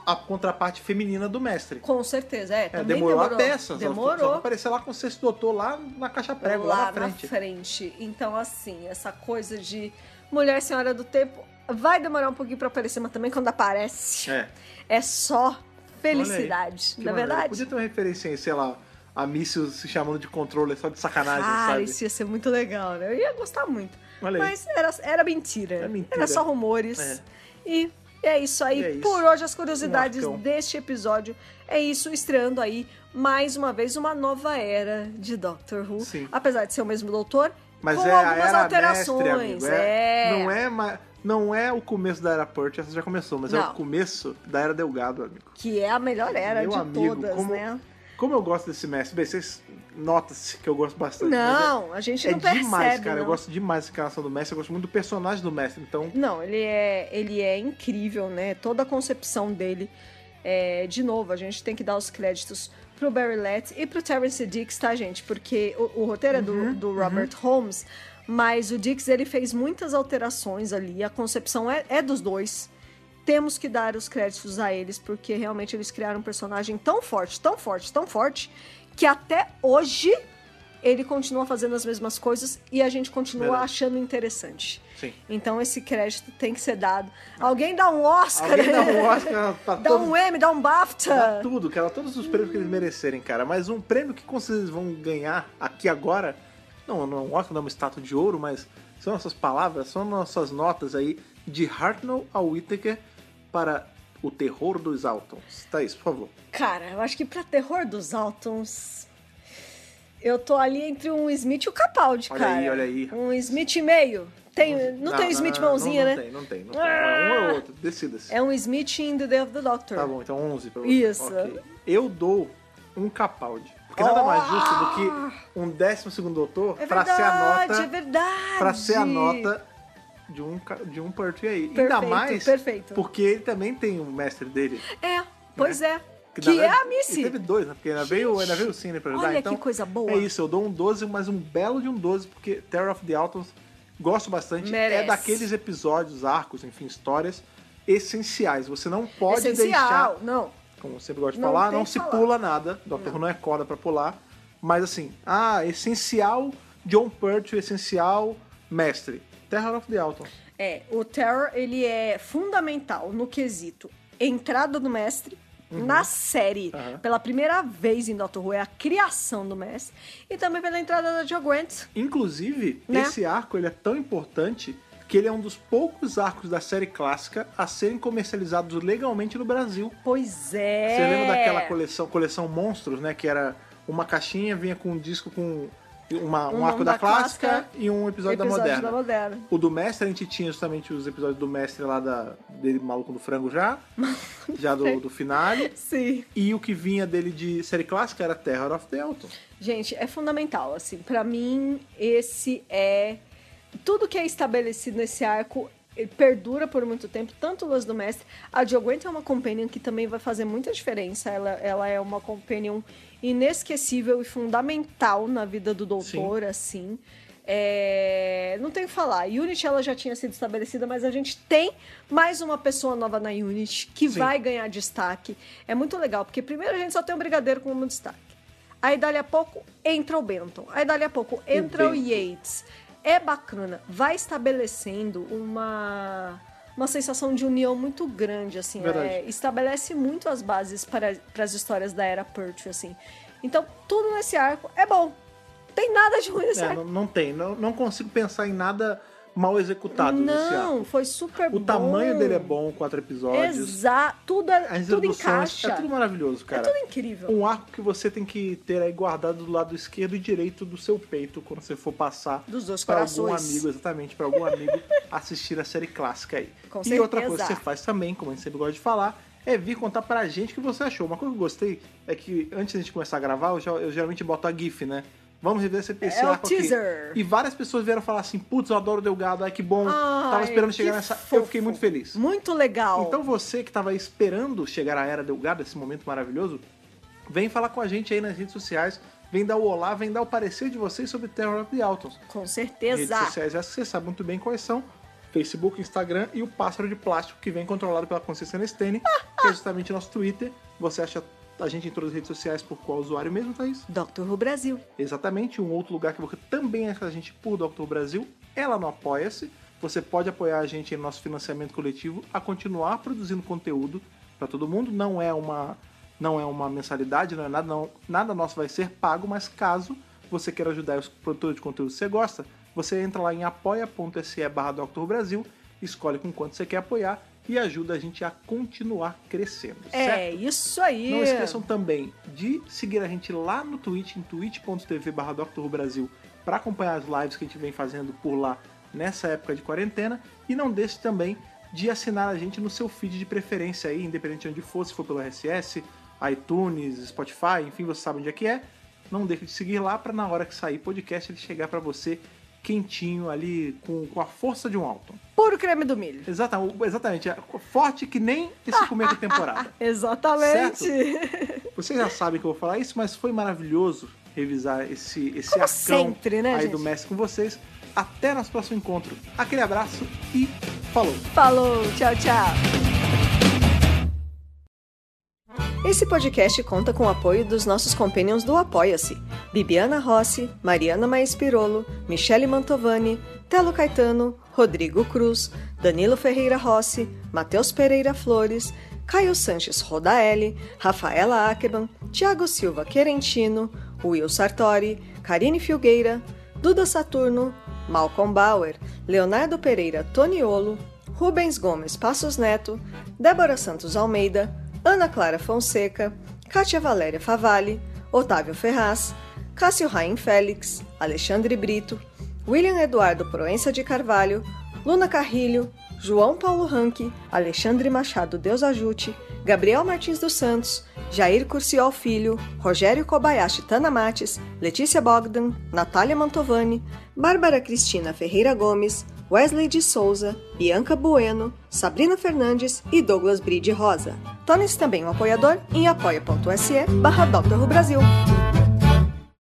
a contraparte feminina do mestre.
Com certeza, é.
É,
Também
demorou, a peça. só- Só,
Demorou.
vai aparecer lá com o sexto doutor lá na caixa prego, lá, na frente.
frente. Então, assim, essa coisa de mulher senhora do tempo vai demorar um pouquinho pra aparecer, mas também quando aparece,
É.
é só felicidade,
Que
na
maneiro.
verdade.
Podia ter uma referência aí, sei lá, a Míssil se chamando de controller só de sacanagem,
Cara,
sabe?
isso ia ser muito legal, né? Eu ia gostar muito.
Olha aí.
Mas era, era mentira.
É mentira.
Era só rumores.
É.
E é isso aí.
E é isso.
Por hoje, as curiosidades
Um arcão.
deste episódio. É isso, estreando aí mais uma vez uma nova era de Doctor Who.
Sim.
Apesar de ser o mesmo doutor,
Mas
com
é
algumas
a era
alterações.
mestre, amigo.
é.
Não é, ma- não é o começo da era Port, essa já começou, mas é
Não.
o começo da era Delgado, amigo.
Que é a melhor era
Meu
de
amigo,
todas,
como-
né?
Como eu gosto desse mestre, bem, vocês nota-se que eu gosto bastante. mas
Não, a gente
é, é
não percebe.
demais, cara.
não.
Eu gosto demais dessa encarnação do mestre, eu gosto muito do personagem do mestre, então.
Não, ele é, ele é incrível, né? Toda a concepção dele. É, de novo, a gente tem que dar os créditos pro Barry Letts e pro Terence Dix, tá, gente? Porque o, o roteiro é do, do Robert Holmes, mas o Dix ele fez muitas alterações ali. A concepção é, é dos dois. Temos que dar os créditos a eles, porque realmente eles criaram um personagem tão forte, tão forte, tão forte, que até hoje ele continua fazendo as mesmas coisas e a gente continua
Verdade.
achando interessante.
Sim.
Então esse crédito tem que ser dado. Alguém dá um Oscar,
Alguém
né?
dá um Oscar pra
Dá
todo-
um M, dá um BAFTA.
Dá Tá tudo, cara. Todos os prêmios que eles merecerem, cara. Mas um prêmio que vocês vão ganhar aqui agora. Não, não é um Oscar, não é uma estátua de ouro, mas são nossas palavras, são nossas notas aí de Hartnell a Whittaker para o terror dos Altons. Thaís, por favor.
Cara, eu acho que pra terror dos Altons. Eu tô ali entre um Smith e o Capaldi,
Olha
cara.
aí, olha aí.
Um Smith e meio. Tem, não, tem Smith mãozinha,
não,
né? Ah!
Não tem, não tem. Não tem. É um ou outro, decida-se.
É um Smith in The Day of the Doctor.
Tá bom, então 11 pra você.
Isso.
Ok. Eu dou um Capaldi. Porque nada mais justo do que um décimo segundo doutor
É
pra
verdade,
ser a nota...
é verdade.
Pra ser a nota de um, ca- de um Pertwee aí. Ainda
Perfeito,
mais
perfeito.
porque ele também tem um mestre dele.
É, pois é. Que,
né? na
é
verdade,
a Missy.
Ele teve dois, né? Porque ainda
Gente,
veio, ainda veio o Cine pra ajudar.
olha que
então,
coisa boa.
É isso, eu dou um 12, mas um belo de um 12, porque Terror of the Altons gosto bastante. É
Merece.
daqueles episódios, arcos, enfim, histórias essenciais. Você não pode deixar
Essencial. Não.
como eu sempre gosto de
Não
falar,
tem
não
que
se
falar.
pula nada. Doctor Who não é corda pra pular. Mas assim, ah, essencial John Pertwee, essencial mestre. Terror of the Alton.
É, o terror ele é fundamental no quesito entrada do mestre na série.
Uhum. Aham.
Pela primeira vez em Doctor Who é a criação do mestre e também pela entrada da Jo Grant.
Inclusive,
Né?
esse arco ele é tão importante que ele é um dos poucos arcos da série clássica a serem comercializados legalmente no Brasil.
Pois é.
Você lembra daquela coleção, coleção Monstros, né? Que era uma caixinha, vinha com um disco com Uma- um,
Um
arco
nome
da,
da
clássica,
clássica,
e um episódio, da
Episódio
moderna.
da moderna.
O do mestre, a gente tinha justamente os episódios do mestre lá da, dele maluco do frango já. já do, do finale.
Sim.
E o que vinha dele de série clássica era Terror of the Elton.
Gente, é fundamental, assim. Pra mim, esse é. Tudo que é estabelecido nesse arco ele perdura por muito tempo, tanto o Luz do Mestre. A Dioguenta é uma companion que também vai fazer muita diferença. Ela, ela é uma companion inesquecível e fundamental na vida do doutor, assim. É, Não tem o que falar. A Unity ela já tinha sido estabelecida, mas a gente tem mais uma pessoa nova na Unity que
Sim.
vai ganhar destaque. É muito legal, porque primeiro a gente só tem o Brigadeiro como destaque. Aí dali a pouco entra o Benton. Aí dali a pouco entra o,
Benton.
Yates. É bacana, vai estabelecendo uma uma sensação de união muito grande assim,
Verdade.
é, estabelece muito as bases para, para as histórias da era Pertwee assim. Então, tudo nesse arco é bom. Tem nada de ruim nesse
É,
arco.
não, não tem. Não, não consigo pensar em nada mal executado nesse
Não,
arco.
foi super
O
bom.
tamanho dele é bom, quatro episódios.
Exato, tudo,
As
tudo
introduções,
encaixa.
é tudo maravilhoso,
É
cara.
tudo incrível.
Um arco que você tem que ter aí guardado do lado esquerdo e direito do seu peito quando você for passar
Dos dois
pra algum
corações.
amigo, exatamente, para algum amigo assistir a série clássica aí.
Com
e
certeza.
outra coisa que você faz também, como a gente sempre gosta de falar, é vir contar pra gente o que você achou. Uma coisa que eu gostei é que antes da gente começar a gravar, eu, já- eu geralmente boto a GIF, né? Vamos rever esse, esse
É o
arco aqui.
teaser.
E várias pessoas vieram falar assim, putz, eu adoro o Delgado, ai que bom,
Ai,
tava esperando chegar
que
nessa... Eu
fofo.
fiquei muito feliz.
Muito legal.
Então você que estava esperando chegar a Era Delgado, esse momento maravilhoso, vem falar com a gente aí nas redes sociais, vem dar o olá, vem dar o parecer de vocês sobre Terror of the Altons.
com
Redes
certeza.
sociais essas que você sabe muito bem quais são. Facebook, Instagram e o pássaro de plástico que vem controlado pela Consciência Nestene, que é justamente nosso Twitter. Você acha a gente em todas as redes sociais por qual usuário mesmo, Thaís?
Doctor Who Brasil.
Exatamente. Um outro lugar que você também acha a gente por Dr. Brasil é lá no Apoia-se. Você pode apoiar a gente em nosso financiamento coletivo a continuar produzindo conteúdo para todo mundo. Não é uma não é uma mensalidade, não é nada, não, nada nosso vai ser pago, mas caso você queira ajudar os produtores de conteúdo que você gosta, você entra lá em apoia.se barra Dr. Brasil, escolhe com quanto você quer apoiar e ajuda a gente a continuar crescendo, certo?
É isso aí.
Não esqueçam também de seguir a gente lá no Twitch, em twitch.tv barra Brasil, para acompanhar as lives que a gente vem fazendo por lá nessa época de quarentena. E não deixe também de assinar a gente no seu feed de preferência aí, independente de onde for, se for pelo RSS, iTunes, Spotify, enfim, você sabe onde é que é. Não deixe de seguir lá para na hora que sair podcast ele chegar para você quentinho ali, com, com a força de um Alton.
Puro creme do milho.
Exata- Exatamente, é forte que nem esse começo da temporada.
Exatamente.
Vocês já sabem que eu vou falar isso, mas foi maravilhoso revisar esse, esse
Como
arcão
sempre, né,
aí
gente?
do mestre com vocês. Até nosso próximo encontro. Aquele abraço e falou!
Falou, tchau, tchau. Esse podcast conta com o apoio dos nossos companions do Apoia-se: Bibiana Rossi, Mariana Maes Pirolo, Michele Mantovani, Telo Caetano, Rodrigo Cruz, Danilo Ferreira Rossi, Matheus Pereira Flores, Caio Sanches Rodaelli, Rafaela Ackerman, Tiago Silva Querentino, Will Sartori, Karine Filgueira, Duda Saturno, Malcolm Bauer, Leonardo Pereira Toniolo, Rubens Gomes Passos Neto, Débora Santos Almeida, Ana Clara Fonseca, Kátia Valéria Favalli, Otávio Ferraz, Cássio Raim Félix, Alexandre Brito, William Eduardo Proença de Carvalho, Luna Carrilho, João Paulo Ranque, Alexandre Machado Deus Ajute, Gabriel Martins dos Santos, Jair Curciol Filho, Rogério Kobayashi Tana Mates, Letícia Bogdan, Natália Mantovani, Bárbara Cristina Ferreira Gomes, Wesley de Souza, Bianca Bueno, Sabrina Fernandes e Douglas Bride Rosa. Torne-se também um apoiador em apoia.se barra Dr. Who Brasil.